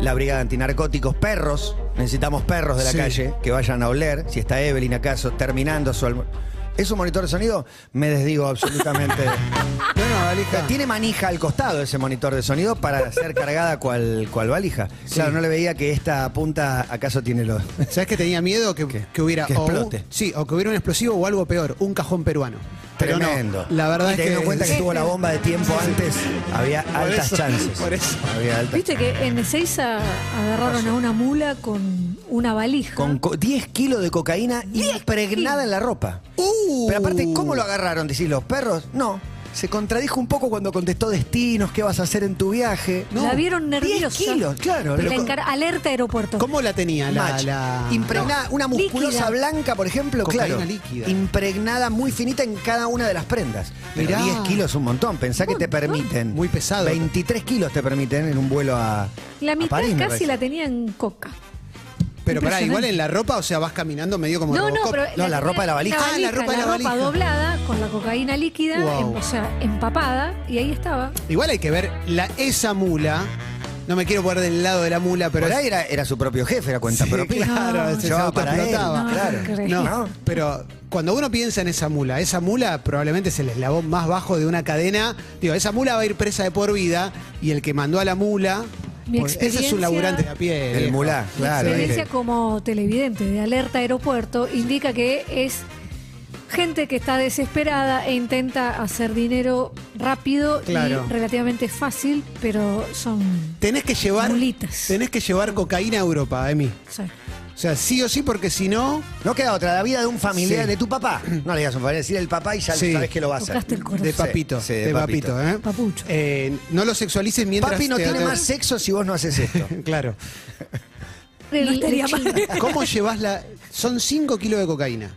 S3: la brigada antinarcóticos, perros. Necesitamos perros de la
S4: Sí.
S3: calle que vayan a oler. Si está Evelyn acaso terminando su almuerzo. ¿Es un monitor de sonido? Me desdigo absolutamente.
S4: No, no, valija.
S3: Tiene manija al costado ese monitor de sonido para ser cargada cual, cual valija. Claro, no le veía que esta punta acaso tiene los...
S4: ¿Sabes que tenía miedo? Que,
S3: ¿Qué?
S4: que hubiera
S3: Que
S4: o un-
S3: explote.
S4: sí, o que hubiera un explosivo o algo peor, un cajón peruano. Pero no,
S3: Tremendo.
S4: la verdad
S3: Y
S4: es que.
S3: teniendo en cuenta que estuvo la bomba de tiempo antes, había
S4: Por
S3: altas
S4: eso,
S3: chances.
S4: por eso.
S3: Había altas
S5: Viste que en Ezeiza agarraron a una mula con una valija.
S3: Con co- 10 kilos de cocaína impregnada
S5: kilos.
S3: en la ropa.
S4: Uh.
S3: Pero aparte, ¿cómo lo agarraron? Decís, ¿los perros? No. Se contradijo un poco cuando contestó destinos, qué vas a hacer en tu viaje.
S4: No.
S5: La vieron
S3: 10
S5: nerviosa.
S3: kilos, claro.
S5: La
S3: Lo-
S5: encar- alerta aeropuerto.
S4: ¿Cómo la tenía? La,
S3: Match.
S4: la-
S3: Impregnada, una musculosa
S5: Líquida.
S3: blanca, por ejemplo,
S4: Cocaína
S3: claro.
S4: líquida.
S3: Impregnada muy finita en cada una de las prendas. Pero
S4: Mirá.
S3: 10 kilos es un montón. Pensá que te permiten.
S4: Muy pesado.
S3: 23 kilos te permiten en un vuelo a.
S5: La
S3: a
S5: mitad
S3: París, me
S5: casi
S3: parece.
S5: la tenía en coca.
S4: Pero pará,
S5: Impresionante.
S4: igual en la ropa, o sea, vas caminando medio como
S5: No, no,
S4: Robocop.
S5: pero.
S3: No, la
S5: tenía-
S3: ropa de la valija.
S4: Ah, la ropa de la valija.
S5: doblada con la cocaína líquida,
S4: Wow.
S5: em- o sea, empapada, y ahí estaba.
S4: Igual hay que ver la, esa mula. No me quiero poner del lado de la mula, pero.
S3: Por
S4: es-
S3: ahí era, era su propio jefe, era cuenta
S4: Sí,
S3: propia.
S4: claro, se- se
S3: Llevaba para él,
S4: autoexplotaba.
S5: No,
S3: claro.
S5: no creo.
S4: No,
S3: ¿No?
S4: pero cuando uno piensa en esa mula, esa mula probablemente es el eslabón más bajo de una cadena. Digo, esa mula va a ir presa de por vida y el que mandó a la mula.
S5: Mi
S4: por- ese es
S5: experiencia-
S4: un laburante de a pie.
S3: El
S4: viejo.
S3: mulá, claro.
S5: Mi experiencia
S3: ¿viste?
S5: como televidente de alerta aeropuerto indica que es gente que está desesperada e intenta hacer dinero rápido
S4: Claro.
S5: y relativamente fácil, pero son.
S4: Tenés que llevar.
S5: Mulitas.
S4: Tenés que llevar cocaína a Europa, Emi.
S5: o sea,
S4: O sea, sí o sí, porque si no.
S3: No queda otra, la vida de un familiar,
S4: Sí.
S3: de tu papá. No le digas un familiar, decir el papá y ya
S4: Sí.
S3: sabes que lo vas a hacer.
S5: Tocaste el corazón.
S4: De papito.
S3: Sí, sí,
S4: de, papito, ¿eh?
S5: Papucho.
S4: Eh, no lo sexualices mientras.
S3: Papi no
S4: te-
S3: tiene
S4: te-
S3: más sexo si vos no haces
S4: [laughs]
S3: esto.
S4: Claro.
S5: no estaría mal. [laughs]
S4: ¿Cómo llevas la.? Son 5 kilos de cocaína.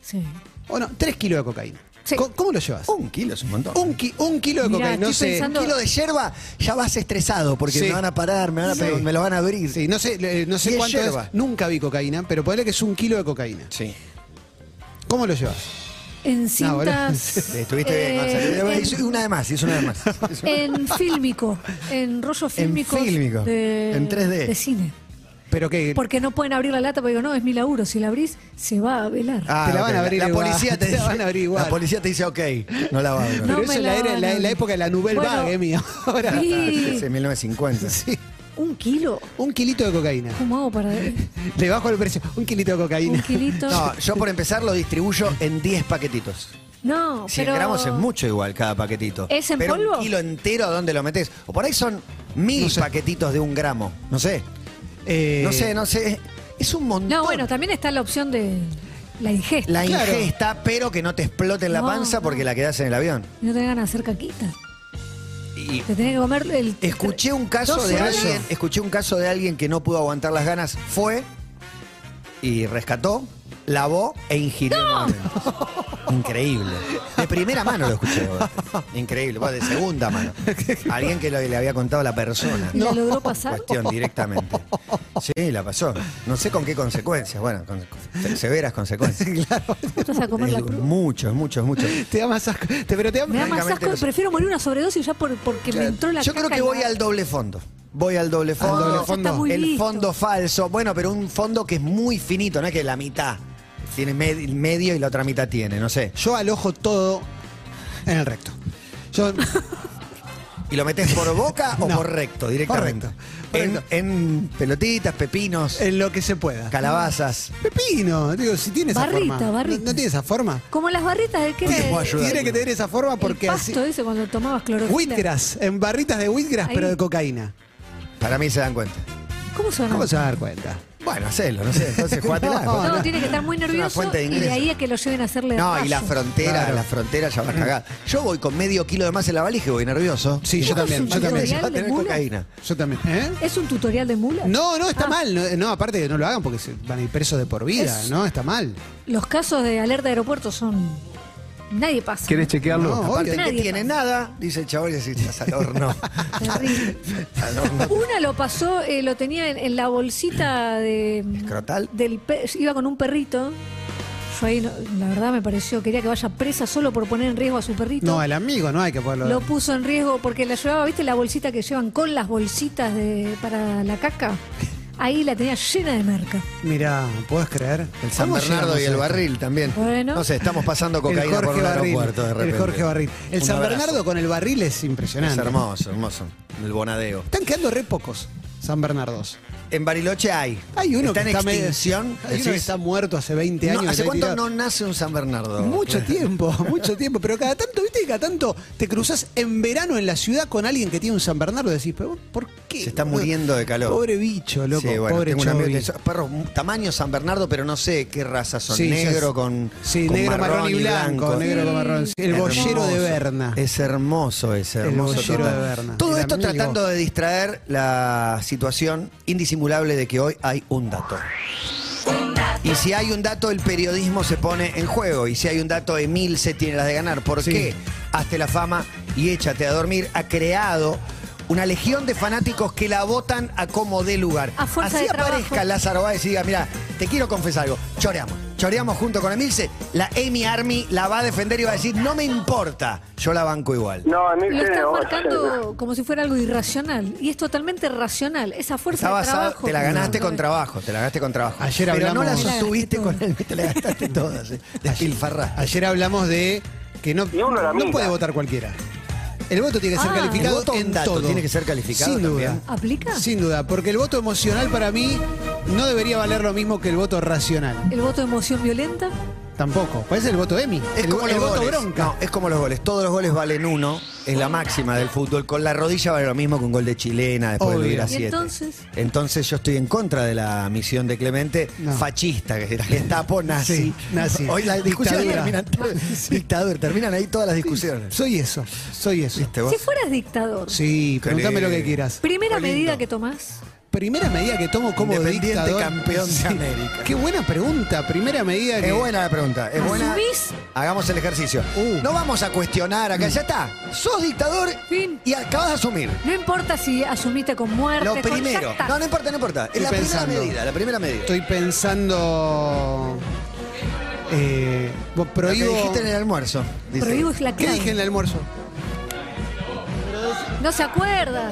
S5: Sí.
S4: O no, 3 kilos de cocaína.
S5: Sí.
S4: ¿Cómo, cómo lo llevas?
S3: Un kilo es un montón.
S4: Un, ki- un kilo de
S5: Mirá,
S4: cocaína. No
S5: estoy
S4: sé.
S5: pensando-
S3: Un kilo de yerba ya vas estresado porque
S4: Sí.
S3: me van a parar, me, van a
S4: Sí.
S3: pegar, me lo van a abrir.
S4: Sí, no sé, eh, no
S3: Y
S4: sé
S3: es
S4: cuánto
S3: yerba.
S4: es. Nunca vi cocaína, pero ponele que es un kilo de cocaína.
S3: Sí.
S4: ¿Cómo lo llevas?
S5: En
S4: No, boludo.
S3: [laughs]
S5: cintas.
S3: Ah, Estuviste bien, Gonzalo.
S5: eh,
S4: [laughs]
S3: Hizo una de más, hizo una de más. Hizo-
S5: En fílmico, en rollos
S3: En
S5: fílmicos
S3: fílmico,
S5: de,
S3: en 3D.
S5: de cine.
S4: Pero que.
S5: Porque no pueden abrir la lata porque digo, no, es mi laburo. Si la abrís, se va a velar.
S4: Ah, Te la van a
S3: ok.
S4: abrir
S3: La
S4: igual.
S3: policía te,
S4: [laughs] Te la
S3: dice-
S4: van a abrir igual.
S3: La policía te dice, ok, no la va a abrir.
S5: No
S3: [laughs]
S4: pero eso
S5: me
S4: es la,
S5: la
S4: era,
S5: van
S4: la,
S5: a-
S4: la época de la Nouvelle
S5: Bueno.
S4: Vague, Emi. [laughs] Ahora.
S5: Sí.
S3: Sí, 1950.
S4: [laughs] Sí.
S5: Un kilo.
S4: Un kilito de cocaína.
S5: ¿Cómo hago
S3: [laughs]
S5: para.?
S4: Le bajo el precio. Un kilito de cocaína.
S5: Un kilito.
S3: No, yo por empezar lo distribuyo en 10 paquetitos.
S5: No,
S3: 100
S5: pero.
S3: gramos es mucho igual cada paquetito.
S5: ¿Es en
S3: pero
S5: polvo?
S3: un kilo entero, ¿a dónde lo metes? O por ahí son mil
S4: No sé.
S3: paquetitos de un gramo. No sé.
S4: [laughs] Eh,
S3: No sé, no sé. Es un montón.
S5: No, bueno, también está la opción de la ingesta.
S3: La
S4: Claro.
S3: ingesta, pero que no te explote en la
S5: No,
S3: panza porque
S5: no.
S3: la quedás en el avión.
S5: No te ganas de hacer caquita.
S3: Y
S5: Te tenés que comer el.
S3: escuché un caso
S5: Dos
S3: de
S5: horas.
S3: alguien, escuché un caso de alguien que no pudo aguantar las ganas, fue y rescató, lavó e ingirió nuevamente. Increíble. De primera mano lo escuché. Roberto. Increíble. Bueno, de segunda mano. Alguien que lo- le había contado la persona.
S5: ¿Y la logró pasar?
S3: Cuestión directamente. Sí, la pasó. No sé con qué consecuencias. Bueno, con, con severas consecuencias.
S5: ¿Estás a comer la
S3: Es-
S5: cruz?
S3: Muchos, muchos, muchos.
S4: Te da más asco. Te, pero te da
S5: Me da más
S3: Francamente,
S5: asco,
S3: los-
S5: prefiero morir una sobredosis ya por, porque me entró la
S3: Yo creo
S5: caca
S3: que
S5: y
S3: voy
S5: la-
S3: al doble fondo. Voy al doble fondo.
S4: doble
S3: el
S4: fondo.
S5: Está muy
S3: el
S5: listo.
S3: fondo falso. Bueno, pero un fondo que es muy finito, no es que la mitad tiene med- medio y la otra mitad tiene, no sé.
S4: Yo alojo todo en el recto.
S5: [laughs]
S4: Yo
S3: ¿Y lo metes por boca o
S4: [laughs] No.
S3: por recto directamente?
S4: Por recto, por
S3: En-
S4: recto.
S3: En, pelotitas, pepinos,
S4: en lo que se pueda.
S3: calabazas.
S4: Pepino, digo, si tiene esa
S5: Barrita,
S4: forma.
S5: barrita.
S4: No, no tiene esa forma.
S5: Como las barritas del que
S3: te puedo ayudar.
S4: Tiene que tener esa forma porque
S5: el pasto
S4: así.
S5: ese cuando tomabas clorofila.
S4: Wheatgrass, en barritas de wheatgrass,
S5: Ahí.
S4: pero de cocaína.
S3: Para mí se dan cuenta.
S5: ¿Cómo suena?
S4: ¿Cómo se va a dar cuenta?
S3: Bueno, hacelo, no sé. Entonces, jugátela.
S5: [laughs]
S4: No,
S5: No,
S3: jugátela.
S5: tiene que estar muy
S3: Es una
S5: nervioso
S3: fuente de
S5: y de
S3: ingreso.
S5: ahí a que lo lleven a hacerle
S3: No, y
S5: rayos.
S3: la frontera,
S4: Claro.
S3: la frontera ya va cagada. Yo voy con medio kilo de más en la valija y voy nervioso.
S4: Sí,
S3: Y
S4: yo
S3: vos
S4: también,
S3: vas
S4: yo
S3: a tener-
S4: también.
S3: vas a tener
S5: ¿Tutorial de
S3: cocaína.
S4: Yo también. ¿Eh?
S5: ¿Es un tutorial de mula?
S4: No, no, está
S5: Ah.
S4: mal. No, no, aparte que no lo hagan porque se van a ir presos de por vida,
S5: Es-
S4: ¿no? Está mal.
S5: Los casos de alerta de aeropuertos son... Nadie pasa.
S6: ¿Quieres chequearlo?
S4: No,
S3: Aparte
S4: obvio.
S3: que
S5: Nadie
S3: tiene
S5: pasa.
S3: nada, dice el chaval y así estás al
S4: [laughs]
S3: horno.
S5: Terrible.
S3: al horno
S5: Una lo pasó, eh, lo tenía en, en la bolsita de...
S3: escrotal.
S5: del pe- Iba con un perrito. Yo ahí, no- la verdad, me pareció, quería que vaya presa solo por poner en riesgo a su perrito.
S4: No, al amigo no hay que poderlo.
S5: Lo puso en riesgo porque la llevaba, ¿viste? La bolsita que llevan con las bolsitas de, para la caca. Ahí la tenía llena de merca.
S4: Mirá, ¿puedes creer?
S3: El San
S4: ¿Cómo
S3: Bernardo
S4: llegamos
S3: y el
S4: a esto?
S3: barril también.
S5: Bueno.
S3: No sé, estamos pasando
S4: El
S3: cocaína por
S4: Jorge
S3: un
S4: Barril.
S3: aeropuerto de repente.
S4: El Jorge Barril. El
S3: Un
S4: San
S3: abrazo.
S4: Bernardo con el barril es
S3: Es
S4: impresionante.
S3: hermoso, hermoso. El bonadeo.
S4: Están quedando re pocos San Bernardos.
S3: En Bariloche hay.
S4: Hay uno
S3: está
S4: que
S3: en
S4: está medio-
S3: extinción.
S4: hay uno que
S3: decís.
S4: está muerto hace 20
S3: No,
S4: años.
S3: ¿Hace
S4: que está
S3: cuánto
S4: tirado.
S3: no nace un San Bernardo?
S4: Mucho
S3: [laughs]
S4: tiempo, mucho tiempo. Pero cada tanto, viste, que cada tanto te cruzas en verano en la ciudad con alguien que tiene un San Bernardo y decís, pero ¿por qué?
S3: Se está
S4: boludo?
S3: muriendo de calor.
S4: Pobre bicho, loco.
S3: Sí, bueno,
S4: pobre
S3: tengo un amigo
S4: Chori.
S3: que son perros tamaño San Bernardo, pero no sé qué raza son.
S4: Sí,
S3: negro
S4: sí.
S3: con,
S4: Sí,
S3: con
S4: negro, marrón y blanco. negro con marrón. Sí, El
S3: Es
S4: bollero de
S3: hermoso.
S4: Berna.
S3: Es hermoso ese,
S4: El
S3: hermoso.
S4: bollero
S3: total.
S4: de Berna.
S3: Todo
S4: El
S3: esto
S4: amigo.
S3: tratando de distraer la situación indisimulable de que hoy hay un dato. Y si hay un dato, el periodismo se pone en juego. Y si hay un dato, Emil se tiene las de ganar. ¿Por
S4: Sí.
S3: qué? Hazte la fama y échate a dormir. Ha creado una legión de fanáticos que la votan a como dé lugar.
S5: A fuerza
S3: Así
S5: de trabajo.
S3: aparezca Lázaro Báez y diga, mira, te quiero confesar algo. Choreamos. Choreamos junto con Emilce. La Amy Army la va a defender y va a decir, no me importa. Yo la banco igual.
S7: No, Emil
S5: Lo estás
S7: no,
S5: marcando como si fuera algo irracional. Y es totalmente racional. Esa fuerza
S3: Está
S5: de
S3: basado-
S5: trabajo.
S3: te la ganaste
S5: No,
S3: con trabajo, te la ganaste con trabajo.
S4: Ayer
S3: Pero
S4: hablamos-
S3: no la
S4: Te la
S5: ganaste
S3: sostuviste
S5: toda.
S3: con el te la gastaste toda, sí. despilfarraste.
S4: Ayer hablamos de que no,
S7: Y uno a la
S4: no
S7: mina.
S4: puede votar cualquiera. El voto tiene que ser
S5: Ah.
S4: calificado
S3: El voto a un
S4: en
S3: dato
S4: todo.
S3: tiene que ser calificado
S4: Sin duda.
S3: también.
S5: ¿Aplica?
S4: Sin duda, porque el voto emocional para mí no debería valer lo mismo que el voto racional.
S5: El voto de emoción violenta.
S4: Tampoco. Parece el voto Emi.
S3: Es
S4: el
S3: como
S4: el
S3: los
S4: voto
S3: goles.
S4: bronca.
S3: No, es como los goles. Todos los goles valen uno. Es la máxima del fútbol. Con la rodilla vale lo mismo que un gol de chilena después
S4: Obvio.
S3: de ir a
S4: ¿Y
S3: siete.
S5: entonces?
S3: Entonces yo estoy en contra de la misión de Clemente,
S4: No.
S3: fascista, que era Gestapo nazi.
S4: Sí, nazi.
S3: Hoy las discusiones
S4: Dictadura. [laughs]
S3: terminan, dictadura, terminan ahí todas las discusiones.
S4: Soy eso, soy eso.
S3: ¿Viste vos?
S5: Si fueras dictador,
S4: Sí, pregúntame lo que quieras.
S5: primera
S3: Qué lindo.
S5: medida que tomás.
S4: Primera medida que tomo como
S3: Independiente
S4: dictador.
S3: campeón de América.
S4: Qué buena pregunta. Primera medida que.
S3: Es buena la pregunta, es buena.
S5: ¿Asumís?
S3: Hagamos el ejercicio.
S4: Uh.
S3: No vamos a cuestionar acá, ya está. Sos dictador
S5: Fin.
S3: y acabas de asumir.
S5: No importa si asumiste con muerte.
S3: Lo
S5: con- ya
S3: primero.
S5: está.
S3: No, no importa, no importa. Es
S4: Estoy
S3: la
S4: pensando.
S3: primera medida, la primera medida.
S4: Estoy pensando. Eh, vos
S3: Lo que
S4: prohíbo.
S3: dijiste en el almuerzo. dice.
S5: Prohíbo es la
S4: ¿Qué
S5: clave.
S4: dije en el almuerzo?
S5: No se acuerda.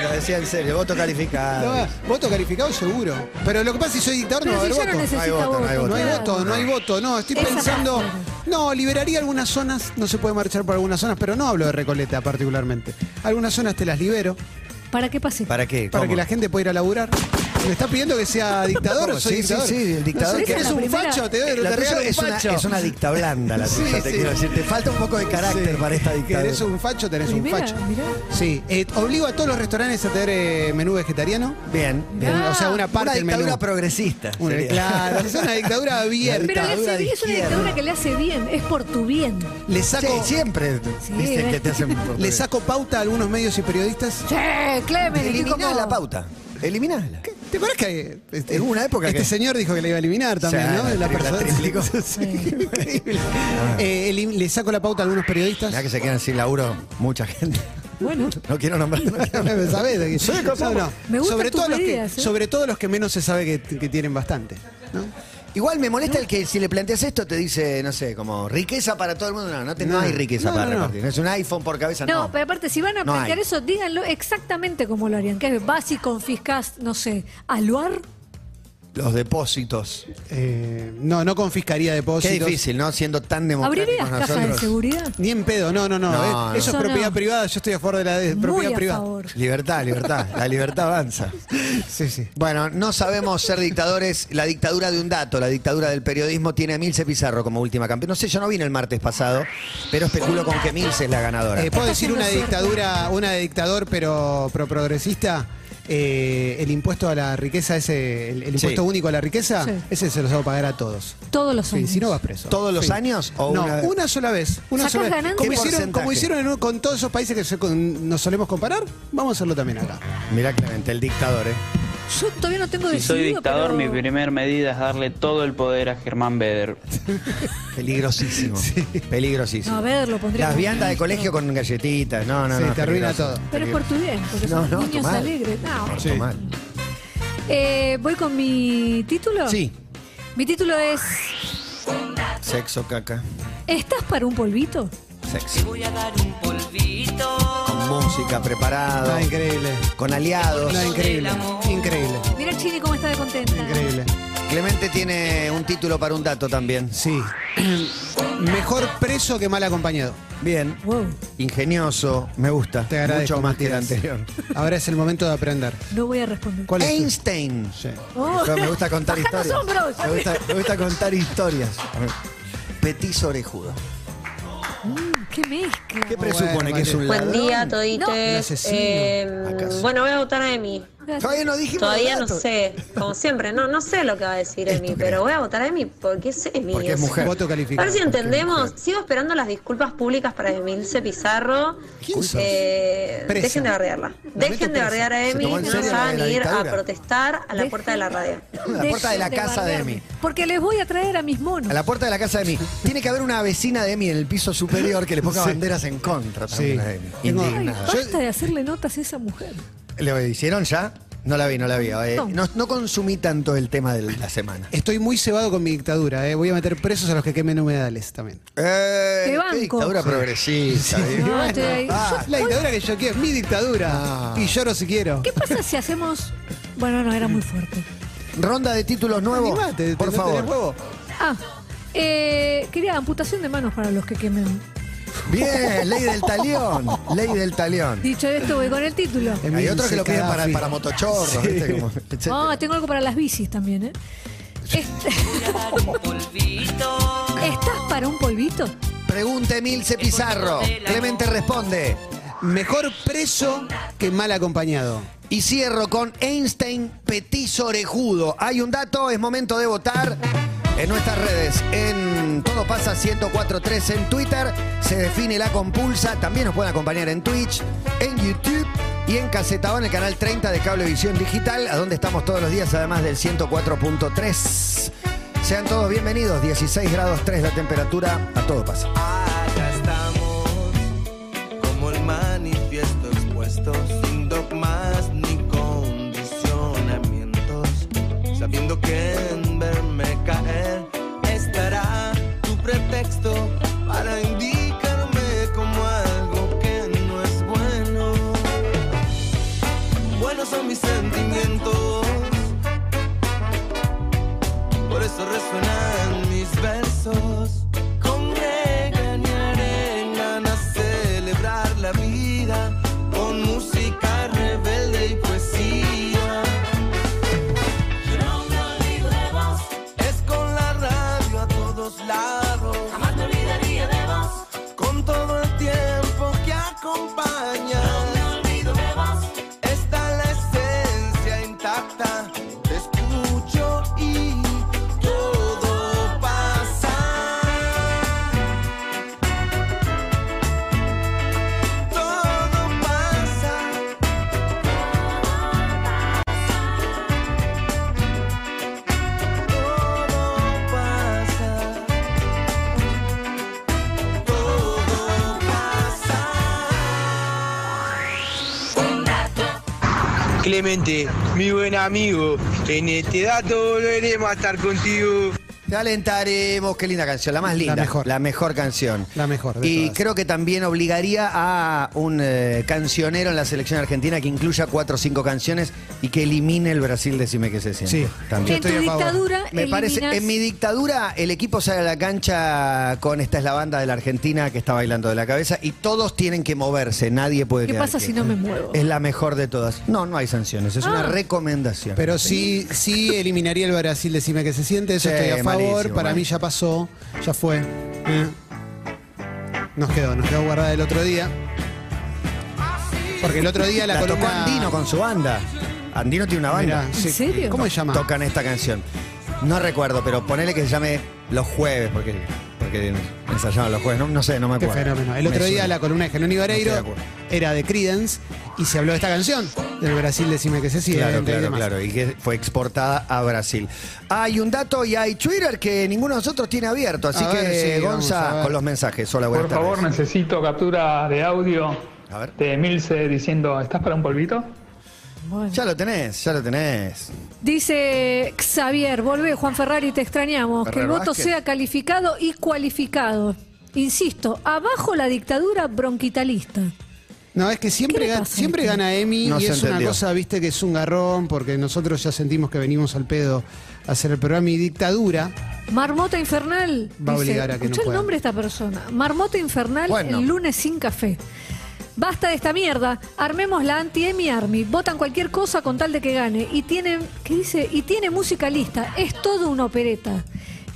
S3: Lo decía en serio, voto
S4: No,
S3: calificado.
S4: va, voto calificado seguro. Pero lo que pasa es que soy dictador,
S5: Pero
S4: no va a
S5: si
S4: haber
S5: ya no
S4: voto.
S5: necesita
S3: hay voto, no hay
S4: No hay
S5: claro.
S4: voto, no hay voto, no, estoy
S5: Esa
S4: pensando,
S5: parte.
S4: no, liberaría algunas zonas, no se puede marchar por algunas zonas, pero no hablo de Recoleta particularmente. Algunas zonas te las libero
S5: ¿Para qué pase?
S3: ¿Para qué?
S4: para
S3: ¿Cómo?
S4: que la gente pueda ir a laburar. ¿Me estás pidiendo que
S3: [laughs]
S4: sea dictador o
S3: ¿Cómo? Sí, sí,
S4: soy dictador?
S3: sí, el dictador.
S4: No
S5: Esa
S4: sé,
S5: es
S4: ¿Querés
S5: la
S4: un
S5: primera-
S4: facho? Te, doy-
S3: La
S4: te
S3: tuya
S4: regalo un
S3: es, una,
S4: facho.
S3: es una dicta blanda la
S4: [laughs] Sí,
S3: tuya, te
S4: sí.
S3: quiero decir. Te falta un poco de carácter
S4: Sí.
S3: para esta dictadura.
S4: ¿Querés un facho? Tenés un
S5: Primera,
S4: facho.
S5: mirá.
S4: Sí, eh, obligo a todos los restaurantes a tener eh, menú vegetariano.
S3: Bien, bien.
S4: O sea, una parte
S3: una
S4: del menú.
S3: dictadura progresista.
S4: Una-
S3: sería.
S4: claro, es
S3: [laughs]
S4: una dictadura
S5: Pero
S4: abierta.
S5: le
S3: Dictadura
S5: hace
S3: de
S5: bien, es una
S3: izquierda.
S5: dictadura que le hace bien, es por tu bien.
S4: Le saco,
S3: Sí, siempre viste
S5: ¿ves?
S3: que te [laughs] hacen
S4: le saco pauta a algunos medios y periodistas
S5: Che, Clemen, ¿y tú
S3: Eliminá
S5: cómo?
S3: la pauta. Eliminala.
S4: ¿Te acuerdas que este,
S3: En una época
S4: este
S3: que-
S4: señor dijo que la iba a eliminar [laughs] también,
S3: Sí,
S4: ¿no?
S3: la tri- la triplicó.
S4: Sí, [laughs]
S3: [laughs]
S4: increíble. Eh, elim- le saco la pauta a algunos periodistas. [laughs]
S3: Ya que se quedan sin laburo mucha gente. [laughs]
S5: Bueno,
S3: No quiero
S4: [laughs]
S3: nombrar. no quiero nombrar.
S4: ¿Sabés de qué? No, no.
S5: Me gustan
S4: sobre
S5: tus
S4: todo los
S5: medidas,
S4: que,
S5: ¿eh?
S4: sobre todo los que menos se sabe que, que tienen bastante. ¿no?
S3: Igual me molesta el que si le planteas esto te dice, no sé, como riqueza para todo el mundo. No, no, te- no
S4: No.
S3: hay riqueza
S4: No,
S3: para
S4: no, no.
S3: repartir. No es un iPhone por cabeza, no.
S5: no, pero aparte, si van a
S3: No
S5: plantear
S3: hay.
S5: eso, díganlo exactamente como lo harían. Que es, vas y confiscas, no sé, aluar.
S3: Los depósitos.
S4: Eh, no, no confiscaría
S3: Qué
S4: depósitos.
S3: difícil, ¿no? Siendo tan democráticos
S5: ¿Abrirías caja de
S3: nosotros.
S5: seguridad?
S4: Ni en pedo, no, no, no.
S3: No,
S4: eh,
S3: no.
S4: Eso es
S5: Eso
S4: propiedad
S5: no.
S4: privada, yo estoy a favor de la de- propiedad
S5: Muy a
S4: privada.
S5: favor.
S3: Libertad, libertad. La libertad avanza.
S4: [laughs] Sí, sí.
S3: Bueno, no sabemos ser dictadores. La dictadura de un dato, la dictadura del periodismo, tiene a Milce Pizarro como última campeona. No sé, yo no vine el martes pasado, pero especulo con que Milce es la ganadora.
S4: Eh, ¿Puedo decir
S5: haciendo
S4: una de
S5: suerte.
S4: dictadura, una de dictador pero pro progresista? Eh, el impuesto a la riqueza, ese, el, el impuesto
S3: Sí.
S4: único a la riqueza,
S5: Sí.
S4: ese se los hago pagar a todos.
S5: Todos los
S4: Sí,
S5: años.
S4: si no vas preso.
S3: ¿Todos los
S4: Sí.
S3: años o
S4: no,
S3: una
S4: una,
S3: vez?
S4: sola vez. Una
S5: ¿Sacás
S4: sola vez.
S5: ganancia?
S4: Como
S3: ¿Qué
S4: hicieron, como
S3: porcentaje?
S4: hicieron en un- con todos esos países que se- con- nos solemos comparar, vamos a hacerlo también acá.
S3: Mirá, Clemente, el dictador, ¿eh?
S5: Yo todavía no tengo
S6: Si soy
S5: decidido,
S6: dictador,
S5: pero-
S6: mi primer medida es darle todo el poder a Germán Beder.
S3: Peligrosísimo. Peligrosísimo.
S5: No, a ver, lo pondría
S3: Las
S5: como
S3: viandas de
S5: ministro.
S3: colegio con galletitas. No, no,
S4: Sí,
S3: no.
S4: te arruina
S3: peligroso.
S4: todo.
S5: Pero es por tu bien, porque
S3: No,
S5: son
S3: no,
S5: niños
S3: tomá.
S5: alegres. No.
S3: Por
S4: Sí.
S3: tomar.
S5: Eh, ¿Voy con mi título?
S3: Sí.
S5: Mi título es
S3: Sexo, caca.
S5: ¿Estás para un polvito?
S3: Sexo. Voy a dar un polvito. Con música preparado.
S4: No, Ah, increíble.
S3: con aliados.
S4: No, increíble. Increíble.
S5: Mira Chini cómo está de contenta.
S4: Increíble.
S3: Clemente tiene un título para un dato también.
S4: Sí. [clears throat] Mejor preso que mal acompañado.
S3: Bien.
S5: Wow,
S3: Ingenioso. Me gusta.
S4: Te agradezco.
S3: Mucho más que el
S4: Matías.
S3: anterior.
S4: [laughs] Ahora es el momento de aprender.
S5: no voy a responder.
S4: ¿Cuál es? tu-
S3: Einstein.
S4: Sí.
S5: Oh.
S3: Yo me gusta contar
S5: Baja los
S3: historias.
S5: hombros.
S3: Me gusta, me gusta contar historias. Petis orejudo.
S5: Mm, qué mezcla.
S3: ¿Qué
S4: Muy
S3: presupone
S4: bueno,
S3: que es un
S7: Buen
S3: ladrón?
S7: día,
S4: Un
S7: todites.
S4: asesino.
S7: Eh,
S3: ¿Acaso?
S7: bueno, voy a votar a Emi.
S3: Todavía no dijimos
S7: Todavía
S3: el
S7: no
S3: dato.
S7: sé, como siempre, no, no sé lo que va a decir Emi, pero voy a votar a Emi porque es Emi.
S3: Porque es
S7: o sea.
S3: mujer.
S4: Voto calificado.
S7: A ver si entendemos. Sigo esperando las disculpas públicas para Emilce Pizarro.
S3: ¿Quién sos?
S7: Eh,
S4: Presa.
S7: dejen de bardearla.
S4: meto
S7: Dejen de
S4: presa.
S7: bardear a
S3: Se
S7: Emi,
S3: tomó en
S7: que no
S3: serio la de
S7: saben
S3: la
S7: ir a
S3: dictadura.
S7: protestar a la puerta de
S3: [laughs]
S7: la radio.
S3: la puerta de la casa de Emi.
S5: Porque les voy a traer a mis monos.
S3: A la puerta de la casa de Emi. Tiene que haber una vecina de Emi en el piso superior que le ponga
S4: [laughs] Sí.
S3: banderas en contra también
S4: Sí.
S3: a Emi.
S4: Tengo-
S5: Ay,
S3: Indignada.
S4: Yo-
S5: basta de hacerle notas a esa mujer.
S3: ¿Lo hicieron ya? No la vi, no la vi. Eh,
S5: No.
S3: No, no consumí tanto el tema de la semana.
S4: Estoy muy cebado con mi dictadura, eh. voy a meter presos a los que quemen humedales también.
S3: Eh,
S5: Te
S3: qué
S5: banco.
S3: dictadura
S5: Sí.
S3: progresista. eh.
S5: No, estoy ahí.
S3: ah,
S4: La dictadura que yo quiero es mi dictadura.
S3: Ah.
S4: Y lloro si quiero.
S5: ¿Qué pasa si hacemos.? Bueno, no, era muy fuerte.
S3: Ronda de títulos nuevos.
S4: Animate,
S3: por
S4: no
S3: favor.
S4: tenés huevo.
S5: Ah, eh, quería amputación de manos para los que quemen.
S3: Bien, ley del talión. Ley del talión.
S5: Dicho esto, voy con el título.
S3: Hay otros que lo piden para,
S4: Gaddafi.
S3: para motochorros, ¿viste? Como, etcétera.
S5: Ah, tengo algo para las bicis también, ¿eh? Este- [laughs] ¿Estás para un polvito?
S3: Pregunte Milce Pizarro. Clemente responde.
S4: Mejor preso que mal acompañado.
S3: Y cierro con Einstein Petiso Orejudo. Hay un dato, es momento de votar en nuestras redes. En Todo Pasa 1043 en Twitter. Se define la compulsa. También nos pueden acompañar en Twitch, en YouTube y en Casetado en el canal 30 de Cablevisión Digital, a donde estamos todos los días, además del 104.3. Sean todos bienvenidos, 16 grados 3 la temperatura, a todo pasa.
S8: Acá estamos, como el manifiesto expuesto, sin dogmas ni condicionamientos, sabiendo que en verme caer estará tu pretexto para indicarme como algo que no es bueno. Buenos son mis sentimientos, por eso resuenan mis versos. Congregan y arengan a celebrar la vida con música rebelde y poesía.
S2: No me olvido de vos,
S8: Es con la radio a todos lados,
S2: jamás me olvidaría de vos.
S8: con todo el tiempo que acompaña.
S2: No me olvido de vos,
S8: Esta la
S9: Clemente, mi buen amigo, en este dato volveremos a estar contigo.
S3: Te alentaremos, qué linda canción, la más linda.
S4: mejor.
S3: La mejor canción.
S4: La mejor de
S3: Y
S4: todas.
S3: creo que también obligaría a un eh, cancionero en la selección argentina que incluya cuatro o cinco canciones y que elimine el Brasil, decime qué se siente.
S4: Sí.
S3: También.
S4: Yo
S5: en tu
S4: estoy a favor.
S5: dictadura
S3: Me parece,
S5: eliminas-
S3: en mi dictadura el equipo sale a la cancha con esta es la banda de la Argentina que está bailando de la cabeza y todos tienen que moverse, nadie puede
S5: ¿Qué
S3: quedar
S5: pasa si
S3: quieto.
S5: no me muevo?
S3: Es la mejor de todas. No, no hay sanciones, es una
S5: Ah.
S3: recomendación.
S4: Pero sí, sí eliminaría el Brasil, decime que se siente, eso
S3: Sí,
S4: estoy a favor.
S3: malísimo,
S4: Para mí
S3: malísimo.
S4: ya pasó, ya fue. Eh. Nos quedó, nos quedó guardada el otro día. Porque el otro día la,
S3: la tocó
S4: columna-
S3: Andino con su banda. Andino tiene una banda.
S4: Mirá,
S5: ¿En serio?
S4: ¿Cómo se llama?
S3: Tocan esta canción. No recuerdo, pero ponele que se llame Los Jueves, porque, porque ensayaban los jueves. No, no sé, no me
S4: Qué
S3: acuerdo.
S4: fenómeno. El
S3: Me
S4: otro día
S3: suena.
S4: la columna de Gerónimo
S3: No
S4: Vareiro
S3: estoy de acuerdo.
S4: era de Credence y se habló de esta canción, del Brasil, decime que se siente.
S3: Claro,
S4: y
S3: claro,
S4: demás.
S3: claro. Y que fue exportada a Brasil. Hay un dato y hay Twitter que ninguno de nosotros tiene abierto. Así
S4: A
S3: que,
S4: ver, sí, vamos a
S3: Gonza,
S4: ver.
S3: con los mensajes. Hola, buenas
S10: Por favor,
S3: tardes.
S10: necesito captura de audio
S3: A ver.
S10: de Emilce diciendo, ¿estás para un polvito?
S5: Bueno.
S3: Ya lo tenés, ya lo tenés.
S5: Dice Xavier, volvé Juan Ferrari, te extrañamos.
S3: Ferrer
S5: que el voto
S3: Vázquez.
S5: sea calificado y cualificado. Insisto, abajo la dictadura bronquitalista.
S4: No, es que siempre,
S5: ¿Qué le
S4: ga-
S5: pasa a
S4: siempre
S5: este?
S4: gana Emi
S3: No
S4: y
S3: se
S4: es una
S3: entendió.
S4: cosa, viste, que es un garrón, porque nosotros ya sentimos que venimos al pedo a hacer el programa y dictadura.
S5: Marmota Infernal.
S4: Va a
S5: dice,
S4: obligar a que no
S5: escuchá el
S4: pueda.
S5: nombre de esta persona. Marmota Infernal,
S3: Bueno.
S5: el lunes sin café. Basta de esta mierda. Armemos la anti-Emi Army. Votan cualquier cosa con tal de que gane. Y tienen, ¿qué dice? Y tiene música lista. Es todo una opereta.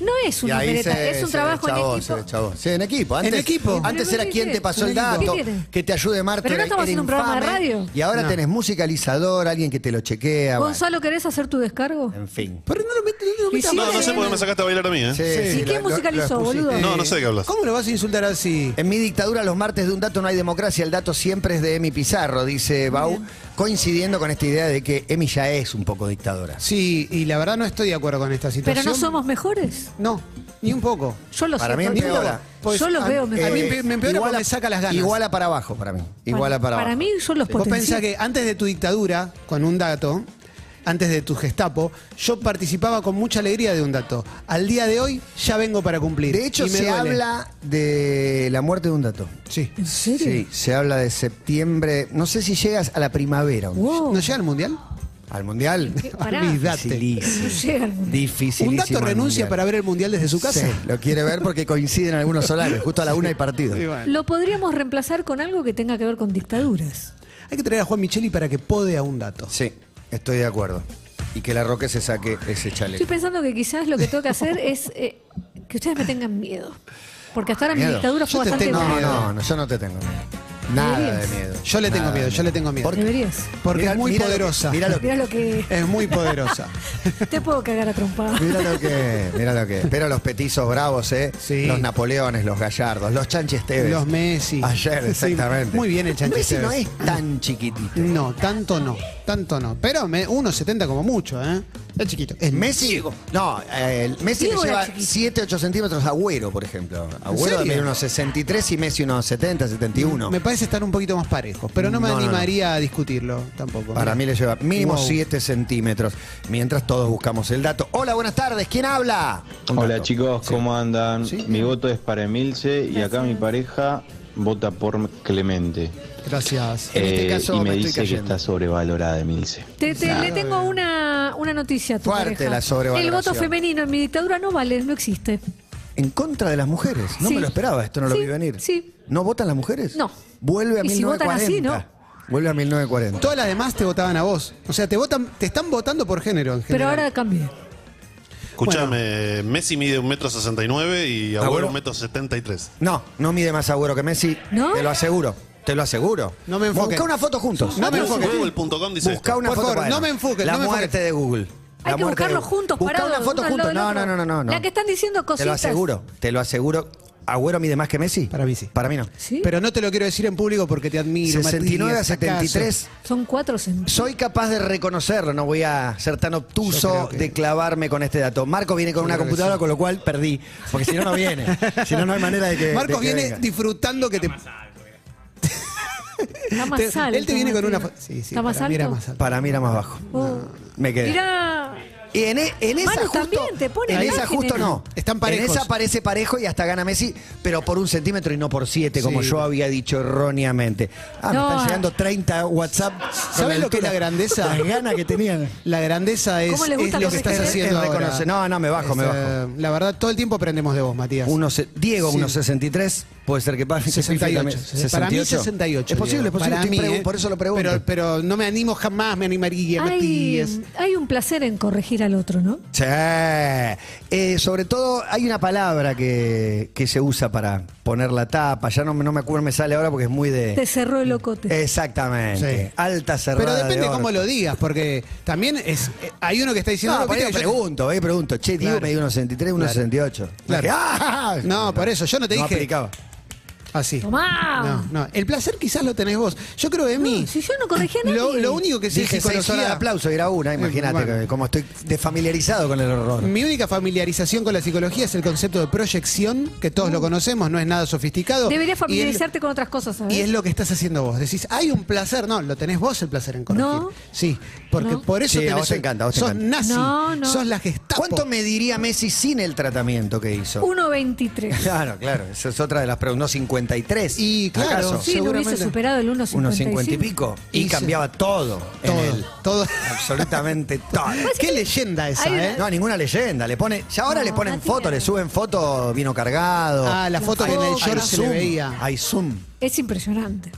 S5: No es una
S3: Y ahí
S5: opereta,
S3: se-
S5: es un
S3: se
S5: trabajo
S3: deschavó,
S5: en
S3: se
S5: equipo.
S3: deschavó. Sí, en equipo. Antes,
S4: En equipo.
S3: Antes era quien te pasó el
S5: ¿Qué
S3: dato,
S5: quiere?
S3: que te ayude Marto.
S5: Pero no
S3: era-
S5: estamos
S3: era
S5: haciendo un programa de
S3: infame,
S5: radio.
S3: Y ahora
S4: No.
S3: tenés musicalizador, alguien que te lo chequea. bueno.
S5: Gonzalo, ¿querés hacer tu descargo?
S3: En fin.
S4: Pero no lo metes no lo metas
S5: Sí,
S4: más.
S5: No, no sé por qué me
S9: sacaste a bailar a mí, ¿eh?
S5: ¿Y quién musicalizó,
S3: expusiste.
S5: boludo?
S9: No, no sé de qué hablas.
S4: ¿Cómo lo vas a insultar así?
S3: En mi dictadura los martes de un dato no hay democracia, el dato siempre es de Emi Pizarro, dice Bau, coincidiendo con esta idea de que Emi ya es un poco dictadora.
S4: Sí, y la verdad no estoy de acuerdo con esta situación.
S5: Pero no somos mejores.
S4: No, ni un poco.
S5: Yo los
S3: Para mí
S5: sé,
S4: Ni
S5: porque-
S4: un poco.
S3: empeora.
S4: Pues,
S5: Yo los
S4: a-
S5: veo
S4: A
S5: mejor.
S4: mí me- me empeora porque
S3: Eh, iguala-
S4: me saca las ganas.
S3: Iguala para abajo para mí. Iguala para, abajo.
S5: Para mí, yo los
S4: Vos
S5: potencio.
S4: pensás que antes de tu dictadura, con un dato, antes de tu gestapo, yo participaba con mucha alegría de un dato. Al día de hoy ya vengo para cumplir.
S3: De hecho,
S4: Y me
S3: se
S4: duele.
S3: habla de la muerte de un dato.
S4: Sí.
S5: ¿En serio?
S3: Sí, se habla de septiembre. No sé si llegas a la primavera. o no.
S5: Wow.
S4: ¿No llega al mundial?
S3: Al mundial.
S5: ¿Qué? Pará.
S3: [laughs]
S4: Olvídate.
S5: No
S3: Dificilísimo.
S5: llegan.
S4: Un
S3: Dificilísimo
S4: dato
S3: el
S4: renuncia
S3: mundial.
S4: para ver el mundial desde su casa.
S3: Sí, lo quiere ver porque coinciden algunos horarios. Justo a la una hay partido.
S4: [laughs] Y bueno.
S5: Lo podríamos reemplazar con algo que tenga que ver con dictaduras.
S4: Hay que traer a Juan Micheli para que pode a un dato.
S3: Sí, estoy de acuerdo. Y que la Roque se saque ese
S5: Estoy
S3: chaleco.
S5: pensando que quizás lo que tengo que hacer es eh, que ustedes me tengan miedo. Porque hasta ahora mi
S3: Miedo.
S5: dictadura fue
S4: Yo te
S5: bastante
S4: tengo
S3: No,
S5: buena.
S3: no, no, yo no te tengo miedo. Nada de
S5: Deberías.
S3: miedo.
S4: Yo le tengo
S3: Nada
S4: miedo,
S3: de
S4: yo le tengo miedo.
S3: ¿Por qué?
S5: Deberías.
S4: Porque
S3: Mirá-
S4: es muy
S3: mirá lo que-
S4: poderosa.
S3: mirá
S4: [laughs]
S3: lo que-
S5: Mirá lo que.
S4: Es muy poderosa.
S5: Te puedo cagar a trompada.
S3: Mira lo que, mira lo que. Pero los petizos bravos, ¿eh?
S4: Sí.
S3: Los Napoleones, los Gallardos, los Chanches Tevez.
S4: Los Messi.
S3: Ayer,
S4: Sí,
S3: exactamente.
S4: muy bien el Chanches
S3: Messi no
S4: Tevez.
S3: es tan chiquitito.
S4: No, tanto no, tanto no. Pero me- 1,70 como mucho, ¿eh? Es chiquito. Es
S3: Messi, no, eh, el Messi le
S5: Diego era
S3: lleva
S5: chiquito.
S3: 7, 8 centímetros a Agüero, por ejemplo. Agüero
S4: serio?
S3: mide unos 63 y Messi unos 70, 71.
S4: Me parece estar un poquito más parejos, pero no me
S3: No, no, no.
S4: animaría a discutirlo tampoco.
S3: Para mí le lleva mínimo
S4: Wow.
S3: 7 centímetros. Mientras todos buscamos el dato. Hola, buenas tardes. ¿Quién habla? Un
S9: Hola
S3: dato.
S9: chicos, ¿cómo andan?
S4: Sí.
S9: Mi voto es para Emilce y acá mi pareja vota por Clemente.
S4: Gracias.
S3: En este
S9: Eh,
S3: caso
S9: y
S3: me
S9: me
S3: estoy
S9: dice que
S3: cayendo.
S9: está sobrevalorada Emilce.
S5: Te- te- le tengo una, una noticia a tu
S3: Fuerte
S5: pareja.
S3: la sobrevaloración.
S5: El voto femenino en mi dictadura no vale, no existe.
S3: En contra de las mujeres. No
S5: Sí.
S3: me lo esperaba, esto no lo
S5: Sí,
S3: vi venir.
S5: sí.
S3: ¿No votan las mujeres?
S5: No.
S3: Vuelve a
S5: Y si
S3: 1940.
S5: votan así,
S3: Vuelve a 1940.
S4: Todas las demás te votaban a vos. O sea, te votan, te están votando por género en
S5: Pero
S4: general.
S5: ahora cambié.
S9: Escuchame, Messi mide un metro sesenta y nueve y
S3: Agüero.
S9: un metro setenta y tres.
S3: No, no mide más Agüero que Messi.
S5: ¿No?
S3: Te lo aseguro. Te lo aseguro.
S4: No me enfoques.
S3: Busca una foto juntos.
S4: No me enfoques.
S9: Google.com
S3: Busca una
S4: Por
S3: foto.
S4: favor,
S3: para
S4: no
S3: él.
S4: me enfoques,
S3: La
S4: no me enfoques.
S3: muerte de Google.
S5: Hay
S3: La
S5: que
S3: muerte de
S5: buscarlos
S3: Google.
S5: juntos,
S3: Busca
S5: parados.
S3: una foto
S5: uno al lado
S3: juntos. No,
S5: del
S3: no,
S5: otro.
S3: no, no, no, no.
S5: La que están diciendo
S3: Te lo
S5: cositas.
S3: aseguro, te lo aseguro. ¿Agüero mide más que Messi?
S4: Para mí sí.
S3: Para mí no.
S5: ¿Sí?
S4: Pero no te lo quiero decir en público porque te admiro.
S3: 69 a
S4: Matías, acaso.
S3: 73.
S5: Son cuatro
S4: [laughs]
S5: centímetros.
S3: Soy capaz de reconocerlo, no voy a ser tan obtuso
S4: creo que-
S3: de clavarme con este dato. Marco viene con una
S4: creo que
S3: computadora,
S4: sí.
S3: con lo cual perdí, porque si no, no viene. si no, no hay manera eh, de que.
S4: Marcos
S3: de que
S4: viene
S3: venga.
S4: disfrutando que te.
S5: Está más
S4: Te-
S5: alto,
S4: Él te viene con una.
S5: Martín.
S4: fo- Sí, sí,
S5: ¿Está más
S4: para mí era
S5: alto? Oh.
S4: más alto.
S3: Para mí era más bajo. Me quedé.
S5: Mirá.
S3: Y en, e- en esa
S5: Manu
S3: justo,
S5: también te pone
S3: en esa
S5: imágenes.
S3: justo no.
S4: Están parejos.
S3: En esa parece parejo y hasta gana Messi, pero por un centímetro y no por siete, como
S4: Sí.
S3: yo había dicho erróneamente. Ah,
S5: No.
S3: me están llegando 30 WhatsApp.
S4: ¿Sabes lo que es la grandeza?
S3: Las ganas que tenían.
S4: La grandeza es,
S5: ¿Cómo les gusta
S4: es lo que
S5: que
S4: estás
S5: se queden?
S4: haciendo.
S3: Es
S4: ahora.
S3: reconocer. No, no, me bajo, me
S4: eh, La verdad, todo el tiempo aprendemos de vos, Matías.
S3: Uno se- Diego,
S4: Sí.
S3: 1.63. Puede ser que pase.
S4: 68. Para mí 68.
S3: Es posible, es
S4: Diego.
S3: posible.
S4: Para
S3: estoy
S4: mí,
S3: pregun-
S4: ¿eh?
S3: Por eso lo pregunto.
S4: Pero, pero no me animo jamás, me animaría,
S5: Hay,
S4: Matías.
S5: hay un placer en corregir al otro, ¿no?
S3: Sí. Eh, sobre todo hay una palabra que, que se usa para poner la tapa. Ya no, me- no me acuerdo, me sale ahora porque es muy
S5: Te
S3: de...
S5: cerró el locote.
S4: Eh,
S3: Exactamente.
S4: Sí.
S3: Alta cerrada
S4: Pero depende
S3: de orto.
S4: cómo lo digas, porque también es eh, hay uno que está diciendo.
S3: No,
S4: "No,
S3: por ahí
S4: viste que yo-
S3: pregunto, ahí pregunto. Che, Diego
S4: Claro.
S3: me dio 1.63, 1.68.
S4: Claro.
S3: Dije, ¡ah!
S4: No, por eso, yo no te dije-
S3: aplicaba.
S4: Así. No,
S5: Tomá.
S4: Ah, no. El placer quizás lo tenés vos. Yo creo, Emi.
S5: No, si yo no corregí a nadie.
S4: Lo, lo único que sí
S3: Dije seis
S4: psicología-
S3: horas de aplauso y era una, imagínate,
S4: bueno.
S3: que- como estoy desfamiliarizado con el horror.
S4: Mi única familiarización con la psicología es el concepto de proyección, que todos lo conocemos, no es nada sofisticado.
S5: Deberías Mm.
S4: Y
S5: familiarizarte ¿eh? con otras cosas,
S4: el-
S5: ¿sabes?
S4: Y es lo que estás haciendo vos. Decís, hay un placer. No, lo tenés vos el placer en corregir.
S5: No.
S4: Sí, porque
S5: No.
S4: por
S3: Sí,
S4: eso
S3: a
S4: tenés
S3: vos te
S4: el-
S3: encanta, a vos te
S4: sos
S3: encanta.
S4: nazi,
S5: No, no.
S4: sos la gestapo.
S3: ¿Cuánto mediría Messi sin el tratamiento que hizo?
S5: 1.23.
S3: Claro, claro, esa es otra de las preguntas. No, 53.
S4: Y claro,
S3: ¿Acaso?
S5: Sí, no hubiese
S4: Seguramente.
S5: superado el
S3: unos 50 y
S5: 1.55.
S3: pico. Y
S4: Y
S3: cambiaba todo, en
S4: Todo,
S3: él.
S4: todo. [laughs] Pues
S3: Absolutamente todo.
S4: Qué leyenda esa,
S5: Hay una-
S4: ¿eh?
S3: No, ninguna leyenda. Le pone, ya ahora
S5: No,
S3: le ponen
S5: no
S3: fotos,
S5: tiene.
S3: le suben fotos, vino cargado.
S4: Ah, la foto que en
S5: Hay
S4: el short se le
S3: zoom,
S4: veía.
S3: Hay zoom.
S5: Es impresionante.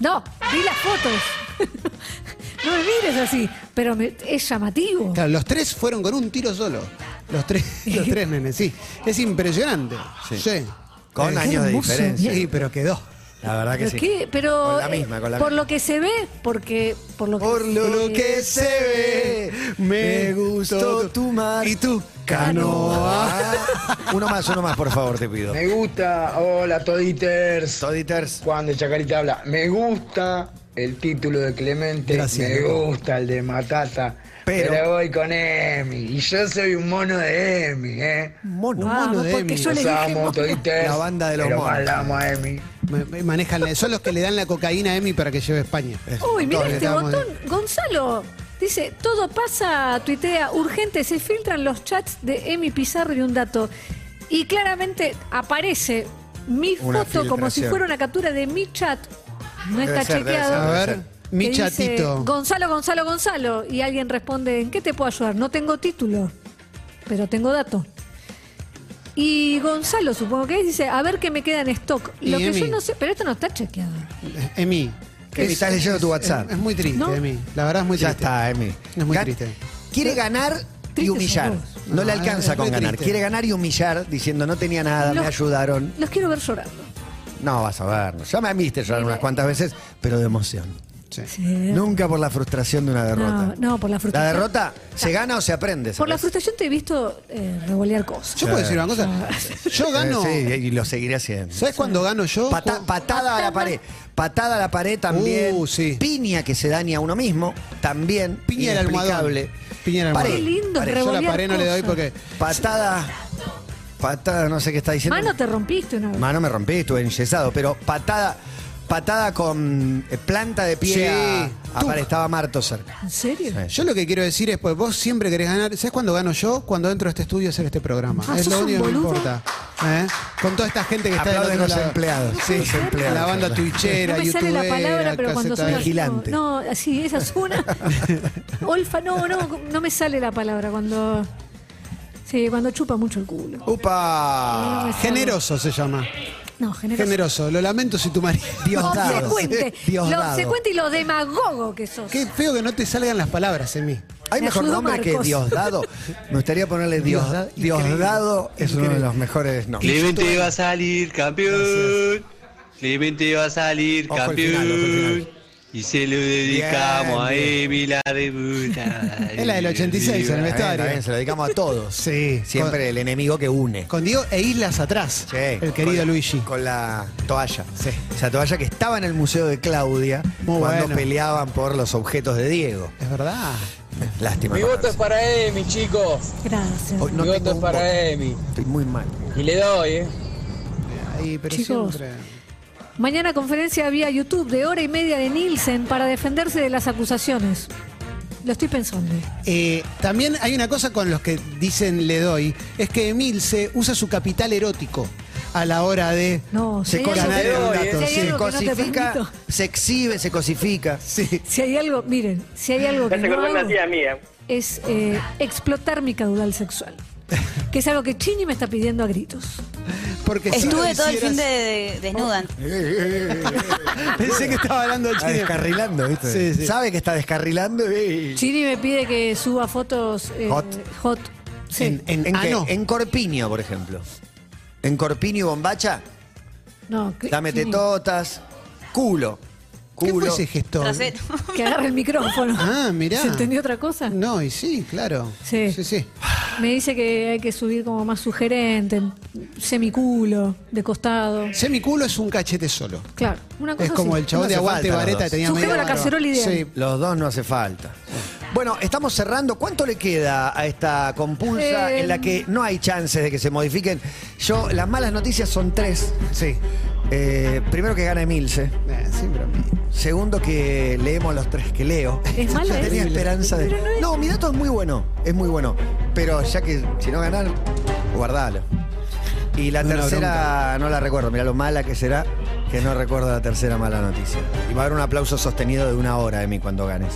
S5: No, vi las fotos. [laughs] no me mires así, pero me- es llamativo.
S4: Claro, los tres fueron con un tiro solo.
S5: [laughs]
S4: Los tres, los tres nenes, sí. Es impresionante.
S3: Sí.
S4: Sí.
S3: Con
S4: Eh,
S3: años de
S5: hermoso,
S3: diferencia.
S4: Sí, pero quedó.
S3: La verdad que
S5: Pero,
S3: sí.
S5: qué- pero,
S3: Con la misma, con la
S5: eh, por
S3: misma.
S5: lo que se ve, porque por lo que,
S3: Por lo
S5: se-
S3: que se ve, me gustó tu mar
S4: Y tu
S3: canoa. [laughs] uno más, uno más, por favor, te pido.
S9: Me gusta, hola Toditers.
S3: Toditers.
S9: Cuando el Chacarita habla, me gusta el título de Clemente,
S4: Gracias,
S9: me
S4: amigo.
S9: gusta el de Matata,
S3: Pero-
S9: pero, voy con Emi. Y yo soy un mono de Emi, ¿eh?
S4: Mono,
S5: Vamos,
S4: mono de
S5: porque
S4: Emi.
S5: yo
S9: Los
S5: les dije
S9: amo,
S5: mono.
S9: Toditers.
S3: La banda de los
S9: pero
S3: monos.
S9: más la amo a Emi.
S4: Ma- ma- Manejan, la- son los que le dan la cocaína a Emi para que lleve a España.
S5: Uy, mira
S4: Entonces,
S5: este
S4: estábamos-
S5: botón. Gonzalo dice, todo pasa, tuitea, urgente, se filtran los chats de Emi Pizarro y un dato. Y claramente aparece mi
S3: Una
S5: foto como si
S3: filtración.
S5: fuera una captura de mi chat. No
S3: Debe
S5: está
S3: ser, debe
S5: chequeado.
S4: A
S3: ser, debe
S4: ver,
S3: ser.
S4: mi
S5: que dice,
S4: chatito.
S5: Gonzalo, Gonzalo, Gonzalo. Y alguien responde, ¿en qué te puedo ayudar? No tengo título, pero tengo dato. Y Gonzalo, supongo que es, dice, a ver qué me queda en stock.
S4: Y
S5: Lo que yo
S4: Emi.
S5: no sé, pero esto no está chequeado.
S4: Emi.
S3: Emi, estás leyendo tu WhatsApp.
S4: Es, es muy triste,
S5: ¿No?
S4: Emi. La verdad es muy
S3: Ya
S4: triste.
S3: está, Emi.
S4: Es muy
S3: Gan-
S4: triste.
S3: Quiere ganar y
S5: Triste
S3: humillar.
S5: sos
S3: No, le
S4: No,
S3: alcanza
S4: es
S3: con
S4: muy
S3: ganar.
S4: triste.
S3: Quiere ganar y humillar diciendo no tenía nada,
S5: Los-
S3: me ayudaron.
S5: Los quiero ver llorando.
S3: No, vas a ver. Ya me viste llorar unas cuantas veces, pero de emoción.
S4: Sí.
S3: Nunca por la frustración de una derrota.
S5: Eh. No, no, por la frustración.
S3: La derrota se gana o se aprende.
S5: Por la
S3: ¿sabes?
S5: frustración te he visto eh, revolear cosas.
S4: Yo puedo decir una cosa.
S5: Ah.
S4: Yo gano.
S3: Eh, sí, y lo seguiré haciendo.
S4: ¿Sabes cuándo gano yo?
S3: Pata-
S4: Ju-
S3: patada a la pared. Patada a la pared también.
S4: Uh, sí.
S3: Piña que se daña a uno mismo. También.
S4: Piña al almohadón.
S3: Inexplicable.
S4: Piña al
S3: Pared,
S5: Qué
S4: almohadón.
S5: lindo
S3: pared.
S4: Yo la
S5: revolear
S4: paré, no le doy
S5: cosas.
S4: porque.
S3: Patada. Patada, no sé qué está diciendo.
S5: Mano te rompiste una vez.
S3: Mano me rompí, estuve enyesado, pero patada. Patada con eh, planta de pie
S4: Sí,
S3: a- a
S4: tuc.
S3: pared, estaba Marto cerca.
S5: ¿En serio?
S3: Sí.
S4: Yo lo que quiero decir es, pues vos siempre querés ganar. ¿Sabes cuándo gano yo? Cuando entro a este estudio a hacer este programa.
S5: Ah,
S4: es
S5: ¿sos
S4: lo
S5: un
S4: único que me
S5: boludo?
S4: importa. ¿eh? Con toda esta gente que está
S3: Aplauden
S4: del otro
S3: los
S4: lado.
S3: empleados,
S4: Sí,
S3: los empleados.
S4: La banda
S5: No
S4: twitchera,
S5: me sale la
S4: youtubera,
S5: palabra, pero cuando
S4: caseta-
S5: suena.
S3: vigilante.
S5: No, así, esa es
S3: [laughs]
S5: una. Olfa, no, no, no me sale la palabra cuando. Sí, cuando chupa mucho el culo.
S3: ¡Upa!
S4: Generoso se llama.
S5: No, generoso.
S4: Generoso. Lo lamento si tu marido.
S3: Diosdado. [laughs]
S5: Obsecuente. Lo
S3: Diosdado.
S5: obsecuente y lo demagogo que sos.
S4: Qué feo que no te salgan las palabras en mí.
S3: Hay
S5: Me
S3: mejor
S5: ayudó
S3: nombre que
S5: Marcos.
S3: Diosdado. Me gustaría
S4: [laughs]
S3: ponerle Diosdado.
S4: Diosda-
S3: Diosdado
S4: increíble.
S3: es uno de los mejores nombres.
S9: [laughs] Clemente va a salir campeón. Clemente va a salir
S3: Ojo al campeón. final, ojo al final.
S9: Y se lo
S3: dedicamos Bien, a bien.
S9: Emi, la de
S3: [laughs]
S9: puta.
S4: Es la del 86 en el
S3: Está bien, está
S4: vestuario.
S3: bien, se lo dedicamos a todos.
S4: Sí.
S3: Siempre el enemigo que une.
S4: Con Diego e Islas atrás.
S3: Sí,
S4: el
S3: con
S4: querido
S3: la-
S4: Luigi.
S3: Con la toalla.
S4: Sí.
S3: Esa toalla que estaba en el Museo de Claudia
S4: Muy
S3: cuando
S4: bueno.
S3: peleaban por los objetos de Diego. [laughs]
S4: Es verdad.
S3: Lástima.
S9: Mi
S3: para
S9: voto es
S3: Messi.
S9: para Emi, chicos.
S5: Gracias.
S3: Hoy no
S9: Mi voto
S3: tengo
S9: es
S3: un
S9: para
S3: voto.
S9: Emi.
S3: Estoy muy mal.
S9: Y le doy, ¿eh?
S4: Ahí, pero
S5: Chicos,
S4: siempre.
S5: Mañana conferencia vía YouTube de hora y media de Nielsen para defenderse de las acusaciones. Lo estoy pensando.
S4: Eh, también hay una cosa con los que dicen le doy, es que Emilce usa su capital erótico a la hora de
S5: No, si
S3: Se
S5: hay algo
S3: cosifica,
S4: ganar el
S5: que- eh. si
S4: mandato,
S5: hay
S4: sí.
S3: se
S5: algo que no te
S3: cosifica,
S5: permito.
S3: se exhibe, se cosifica.
S4: Sí.
S5: Si hay algo, miren, si hay algo que no hago, es eh, explotar mi caudal sexual. Que es algo que Chini me está pidiendo a gritos.
S4: Porque si
S11: Estuve
S4: lo
S11: todo el
S4: hicieras-
S11: fin de,
S3: [laughs]
S11: de- desnuda.
S4: Pensé que estaba hablando de
S12: Está
S4: Chile.
S12: descarrilando, ¿viste?
S4: Sí, sí.
S12: Sabe que está descarrilando. y-
S5: Chini me pide que suba fotos eh,
S12: Hot.
S5: hot. Sí.
S3: ¿En, en,
S4: Ah,
S3: qué?
S4: no.
S3: En Corpiño, por ejemplo. En Corpiño y Bombacha,
S5: no, que-
S3: dame
S5: Chini,
S3: tetotas, culo.
S4: ¿Qué
S3: Culo.
S4: fue ese gesto?
S11: Trasero.
S5: Que agarre el micrófono.
S4: [laughs] Ah, mirá.
S5: ¿Se entendió otra cosa?
S4: No, y sí, claro.
S5: Sí.
S4: sí.
S5: Me dice que hay que subir como más sugerente, semiculo, de costado.
S4: Semiculo es un cachete solo.
S5: Claro, una cosa
S4: Es como
S5: así.
S4: el chabón
S3: No
S4: de
S3: hace
S4: aguante
S3: falta los
S4: vareta
S3: dos.
S4: que tenía
S5: Sujeto
S4: medio
S5: la
S4: barba.
S5: cacerola ideal.
S4: Sí.
S3: Los dos no hace falta. Bueno, estamos cerrando. ¿Cuánto le queda a esta compulsa
S5: Eh,
S3: en la que no hay chances de que se modifiquen? Yo, las malas noticias son tres.
S4: Sí.
S3: Eh, primero que gane Emilce.
S4: Eh, sí, pero-
S3: Segundo que leemos los tres que leo.
S5: Es malo,
S3: [laughs] Yo tenía
S5: ¿eh?
S3: esperanza de.
S5: Pero no es-
S3: No, mi dato es muy bueno. Es muy bueno. Pero ya que si no ganar, guardalo. Y la
S4: Una
S3: tercera no la recuerdo. Mira lo mala que será que no recuerdo la tercera mala noticia. Y va a haber un aplauso sostenido de una hora de mí cuando ganes.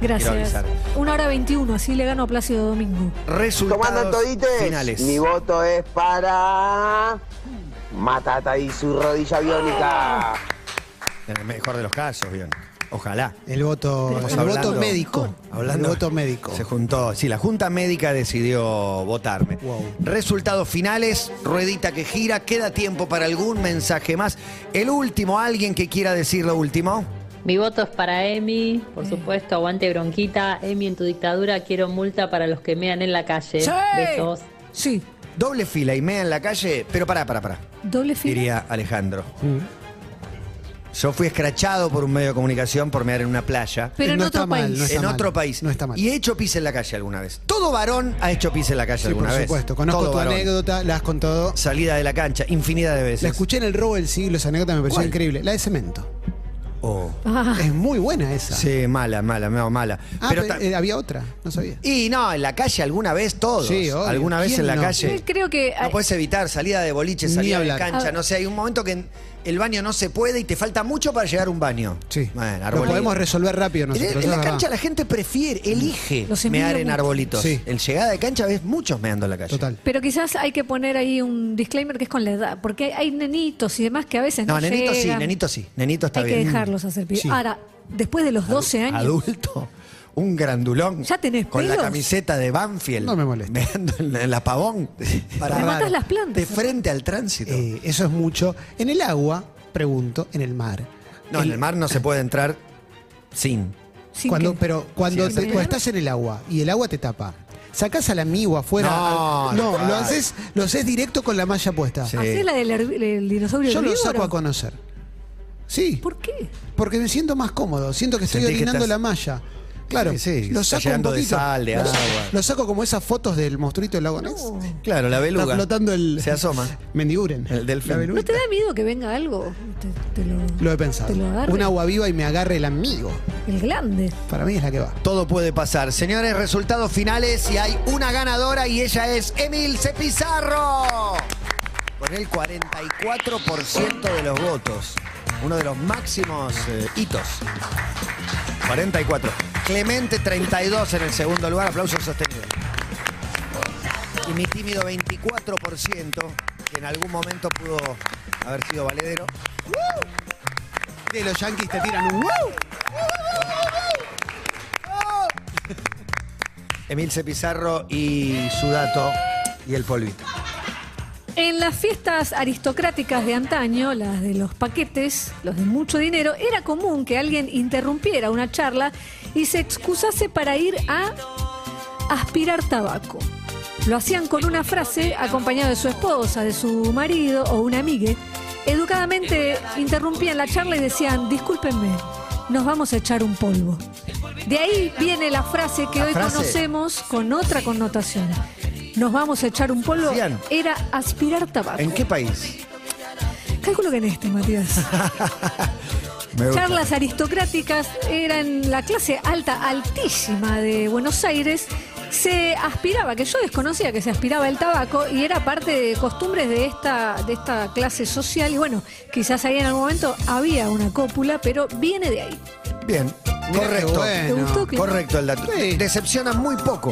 S3: Quiero
S5: Gracias.
S3: avisar.
S5: Una hora 21, así le gano a Plácido Domingo.
S3: Resultados
S9: Tomando todites.
S3: finales.
S9: Mi voto es para. Matata y su rodilla biónica.
S3: En el mejor de los casos, bien. Ojalá.
S4: El voto,
S3: Estamos
S4: el
S3: hablando-
S4: voto médico.
S3: Hablando,
S4: El voto médico.
S3: Se juntó. Sí, la Junta Médica decidió votarme.
S4: Wow.
S3: Resultados finales, ruedita que gira, queda tiempo para algún mensaje más. El último, alguien que quiera decir lo último.
S13: Mi voto es para Emi, por supuesto, aguante bronquita. Emi, en tu dictadura quiero multa para los que mean en la calle.
S5: ¡Sí!
S13: Besos.
S5: Sí,
S3: Doble fila y mea en la calle, pero pará, pará, pará,
S5: doble fila.
S3: diría Alejandro. Yo fui escrachado por un medio de comunicación por mear en una playa.
S5: Pero en
S4: "Eh, No
S5: otro
S4: está mal,
S5: país.
S4: no está
S3: en
S4: mal.
S3: otro país.
S4: No está mal.
S3: Y he hecho pis en la calle alguna vez. Todo varón ha hecho pis en la calle
S4: Sí,
S3: alguna
S4: por
S3: vez.
S4: supuesto. Conozco
S3: Todo
S4: tu
S3: varón.
S4: anécdota, la has contado.
S3: Salida de la cancha, infinidad de veces.
S4: La escuché en el robo del siglo, esa anécdota me pareció
S3: ¿Cuál?
S4: increíble. La de cemento.
S3: Oh.
S5: Ah,
S4: Es muy buena esa.
S3: Sí, mala, mala, medio mala.
S4: Ah,
S3: pero
S4: pe-
S3: ta-
S4: eh, había otra, no sabía.
S3: y no, en la calle alguna vez todos.
S4: Sí, obvio.
S3: alguna vez
S4: ¿Quién
S3: en la
S4: no?
S3: calle.
S5: creo que
S3: No podés evitar salida de boliche,
S4: Ni
S3: salida de
S4: hablar.
S3: cancha.
S5: Ah.
S3: No sé, hay un momento que en- el baño no se puede y te falta mucho para llegar a un baño.
S4: Sí.
S3: Bueno,
S4: Lo
S3: arbolito.
S4: podemos resolver rápido
S3: En-
S4: nosotros. Ah,
S3: en
S4: es
S3: la
S4: verdad.
S3: cancha la gente prefiere, elige
S5: Los envidio
S3: mear en
S5: mucho.
S3: arbolitos.
S4: Sí.
S3: En llegada de cancha ves muchos meando en la calle.
S4: Total.
S5: Pero quizás hay que poner ahí un disclaimer que es con la edad, porque hay, hay nenitos y demás que a veces no,
S3: No, nenito sí,
S5: llegan.
S3: nenito sí. Nenito está
S5: Hay
S3: bien.
S5: que dejarlos hacer pis.
S4: Sí.
S5: Ahora, después de los 12 años,
S3: Adulto. Un grandulón.
S5: ¿Ya tenés
S3: Con la
S5: pelos?
S3: camiseta de Banfield.
S4: No me molesta.
S3: meando en la, en la pavón. Para
S5: Te matas las plantas.
S3: De frente al tránsito.
S4: Eh, eso es mucho. En el agua, pregunto, en el mar.
S3: no, en el mar no se puede entrar sin.
S5: sin
S4: Cuando,
S5: que-
S4: pero cuando,
S5: sin
S4: te-
S5: que-
S4: cuando estás en el agua y el agua te tapa, sacás al amigo afuera.
S3: No,
S4: al- no,
S3: no,
S4: lo
S3: vale.
S4: haces, lo haces directo con la malla puesta. Ah,
S3: Sí.
S5: ¿Hacés la del hervi- el dinosaurio
S4: eh, Yo lo
S5: herbívoro?
S4: saco a conocer. Sí,
S5: ¿Por qué?
S4: porque me siento más cómodo. Siento que estoy
S3: Sentís que
S4: orinando
S3: estás-
S4: la malla. Claro,
S3: Sí, sí,
S4: lo
S3: está
S4: saco un
S3: llenando de
S4: poquito.
S3: sal, de
S4: lo,
S3: agua.
S4: lo saco como esas fotos del monstruito del lago Ness.
S3: Claro, la
S4: Está
S3: beluga.
S4: flotando el.
S3: Se asoma.
S4: Mendiguren.
S3: El delfín.
S4: La
S5: ¿No te
S4: beluga.
S5: da miedo que venga algo? Te, te lo,
S4: Lo he pensado.
S5: Te lo agarre.
S4: Un agua viva y me agarre el amigo.
S5: El grande.
S4: Para mí es la que va.
S3: Todo puede pasar. Señores, resultados finales y hay una ganadora y ella es Emilce Pizarro. Con el 44% de los votos. Uno de los máximos eh, hitos. 44. Clemente 32 en el segundo lugar. Aplausos sostenidos. Y mi tímido 24%, que en algún momento pudo haber sido valedero.
S4: De los yanquis te tiran un wow.
S3: Emilce Pizarro y su dato y el polvito.
S5: En las fiestas aristocráticas de antaño, las de los paquetes, los de mucho dinero, era común que alguien interrumpiera una charla y se excusase para ir a aspirar tabaco. Lo hacían con una frase acompañado de su esposa, de su marido o una amiga. Educadamente interrumpían la charla y decían, discúlpenme, nos vamos a echar un polvo. De ahí viene la frase que
S3: La
S5: hoy
S3: frase.
S5: conocemos con otra connotación. Nos vamos a echar un polvo
S3: Hacían.
S5: era aspirar tabaco.
S3: ¿En qué país?
S5: Calculo que en este,
S3: [laughs]
S5: Matías.
S3: Me gusta.
S5: Charlas aristocráticas eran la clase alta, altísima de Buenos Aires. Se aspiraba, que yo desconocía que se aspiraba el tabaco y era parte de costumbres de esta, de esta clase social. Y bueno, quizás ahí en algún momento había una cópula, pero viene de ahí.
S3: Bien,
S4: Mira
S3: correcto.
S4: qué bueno. ¿Te gustó, Clemente?
S3: correcto el dato. Decepciona muy poco.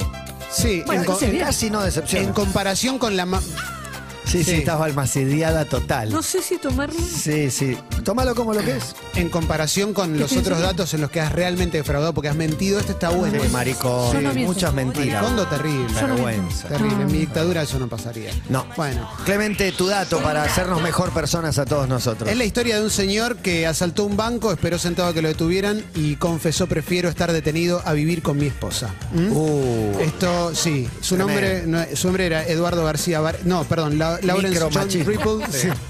S4: Sí,
S3: Bueno,
S4: co-
S3: entonces bien. Casi no decepciona.
S4: En comparación con la. ma-
S3: Sí, sí,
S4: Sí.
S3: estás balmacediada total.
S5: No sé si tomarlo.
S3: Sí, sí. Tómalo como lo que es.
S4: En comparación con los
S5: pienso
S4: otros
S5: yo?
S4: datos en los que has realmente defraudado porque has mentido, esto está bueno.
S3: Sí, maricón.
S5: Yo no miento.
S3: Muchas mentiras.
S4: Fondo terrible.
S5: Yo no
S3: Vergüenza.
S4: Terrible. En mi dictadura eso no pasaría.
S3: Ah. No.
S4: Bueno.
S3: Clemente, tu dato para hacernos mejor personas a todos nosotros.
S4: Es la historia de un señor que asaltó un banco, esperó sentado a que lo detuvieran y confesó prefiero estar detenido a vivir con mi esposa. ¿Mm?
S3: Uh,
S4: Esto, sí, su
S3: Tremendo.
S4: nombre, no, su nombre era Eduardo García Bar- No, perdón, La- Lawrence John
S3: Micromachismo.
S4: Ripple. Sí. [laughs]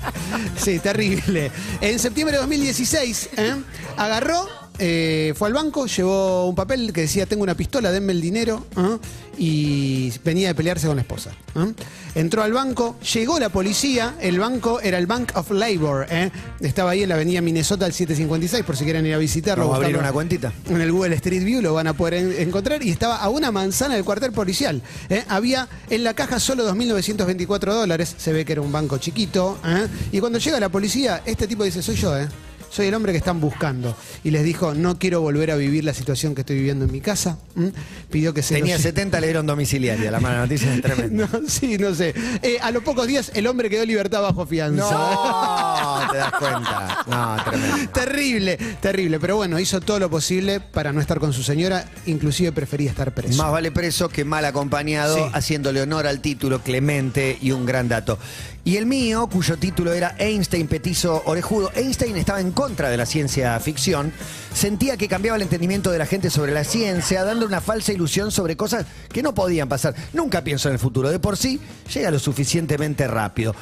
S4: Sí, terrible. En septiembre de 2016, ¿eh? agarró, eh, fue al banco, llevó un papel que decía, tengo una pistola, denme el dinero, ¿eh? y venía de pelearse con la esposa. ¿eh? Entró al banco, llegó la policía, el banco era el Bank of Labor, ¿eh? estaba ahí en la avenida Minnesota al 756, por si quieren ir a visitarlo.
S3: vamos a abrir
S4: buscarlo
S3: una cuentita.
S4: en el Google Street View lo van a poder en- encontrar y estaba a una manzana del cuartel policial. ¿eh? Había en la caja solo 2.924 dólares, se ve que era un banco chiquito. ¿eh? Y cuando llega la policía, este tipo dice, soy yo, ¿eh? soy el hombre que están buscando. Y les dijo, no quiero volver a vivir la situación que estoy viviendo en mi casa. ¿m? Pidió que se...
S3: Tenía
S4: los-
S3: 70, le dieron domiciliaria. La mala noticia es tremenda.
S4: [laughs] No, sí, no sé. Eh, a los pocos días el hombre quedó en libertad bajo fianza.
S3: No, te das cuenta. No, tremendo.
S4: [laughs] Terrible, terrible. Pero bueno, hizo todo lo posible para no estar con su señora. Inclusive prefería estar preso.
S3: Más vale preso que mal acompañado,
S4: Sí.
S3: haciéndole honor al título Clemente y un gran dato. Y el mío, cuyo título era Einstein Petizo Orejudo, Einstein estaba en contra de la ciencia ficción, sentía que cambiaba el entendimiento de la gente sobre la ciencia, dando una falsa ilusión sobre cosas que no podían pasar. Nunca pienso en el futuro, de por sí llega lo suficientemente rápido.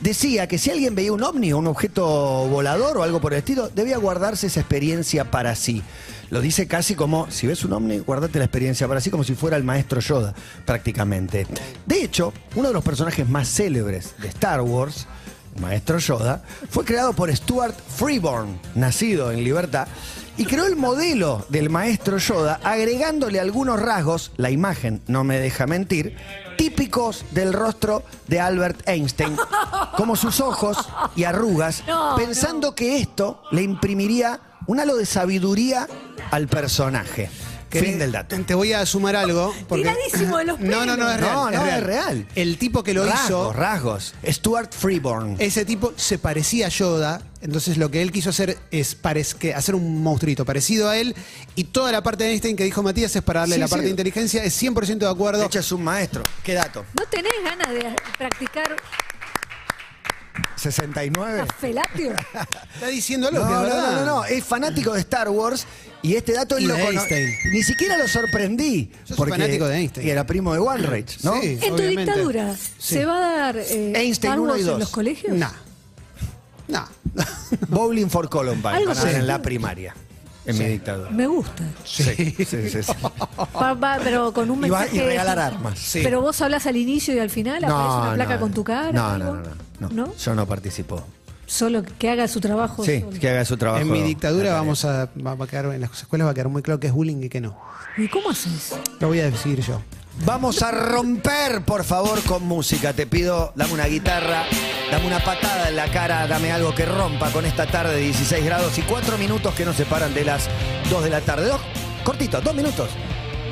S3: Decía que si alguien veía un ovni o un objeto volador o algo por el estilo, debía guardarse esa experiencia para sí. Lo dice casi como, si ves un ovni, guardate la experiencia para sí, como si fuera el maestro Yoda, prácticamente. De hecho, uno de los personajes más célebres de Star Wars, el maestro Yoda, fue creado por Stuart Freeborn, nacido en Libertad, y creó el modelo del maestro Yoda agregándole algunos rasgos, la imagen no me deja mentir, típicos del rostro de Albert Einstein, como sus ojos y arrugas,
S5: No,
S3: pensando que esto le imprimiría un halo de sabiduría al personaje.
S4: ¿Querés?
S3: Fin del dato.
S4: Te voy a sumar algo. porque-
S5: Tiradísimo de los
S4: [laughs] No, no, no, es
S5: pelos.
S4: real.
S3: No, no, es real.
S4: El tipo que lo
S3: rasgos,
S4: hizo, Eh,
S3: rasgos. Stuart Freeborn.
S4: ese tipo se parecía a Yoda. Entonces lo que él quiso hacer es parez- que hacer un monstruito parecido a él. Y toda la parte de Einstein que dijo Matías es para darle
S3: Sí,
S4: la
S3: sí.
S4: parte de inteligencia. Es 100% de
S3: De
S4: acuerdo.
S3: hecho, este es un maestro. ¿Qué dato?
S5: ¿No tenés ganas de practicar
S3: 69.
S5: café
S3: [laughs]
S5: lácteo?
S4: Está diciendo
S3: No,
S4: algo que es
S3: no,
S4: verdad.
S3: no, no, no, es fanático de Star Wars y este dato él
S4: Y
S3: lo
S4: de
S3: cono-
S4: Einstein.
S3: Ni siquiera lo sorprendí.
S4: Yo soy fanático de Einstein.
S3: Y era primo de One Rage, ¿no?
S4: Sí.
S5: En tu
S4: Obviamente.
S5: dictadura, ¿se va a dar eh,
S3: Einstein
S5: Star
S3: uno y
S5: Wars en
S3: dos.
S5: los colegios?
S4: Nah. Nah.
S3: [laughs] Bowling for Columbine.
S5: Algo
S3: para ver
S5: sí.
S3: en la primaria. En mi dictadura.
S5: Me gusta.
S3: Sí, sí, [laughs] sí. sí.
S5: Pa- pa- pero con un
S3: Y va- y
S5: mensaje.
S3: regalar armas. Sí.
S5: Pero vos hablas al inicio y al final, aparece una placa con tu cara.
S3: No, no,
S5: algo?
S3: no, no, no. Yo no participo.
S5: Solo que haga su trabajo.
S3: Sí,
S5: solo.
S3: que haga su trabajo.
S4: En mi
S3: eh.
S4: dictadura vamos a, va a quedar, en las escuelas va a quedar muy claro que es bullying y que no.
S5: ¿Y cómo haces?
S4: Lo voy a decir yo.
S3: Vamos a romper, por favor, con música. Te pido, dame una guitarra, dame una patada en la cara, dame algo que rompa con esta tarde de 16 grados y 4 minutos que nos separan de las 2 de la tarde. Dos, cortito, dos minutos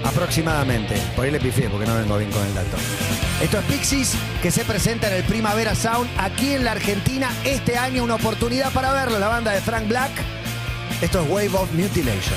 S3: aproximadamente. Por ahí le pifié porque no vengo bien con el dato. Esto es Pixies que se presenta en el Primavera Sound aquí en la Argentina este año. Una oportunidad para verlo, la banda de Frank Black. Esto es Wave of Mutilation.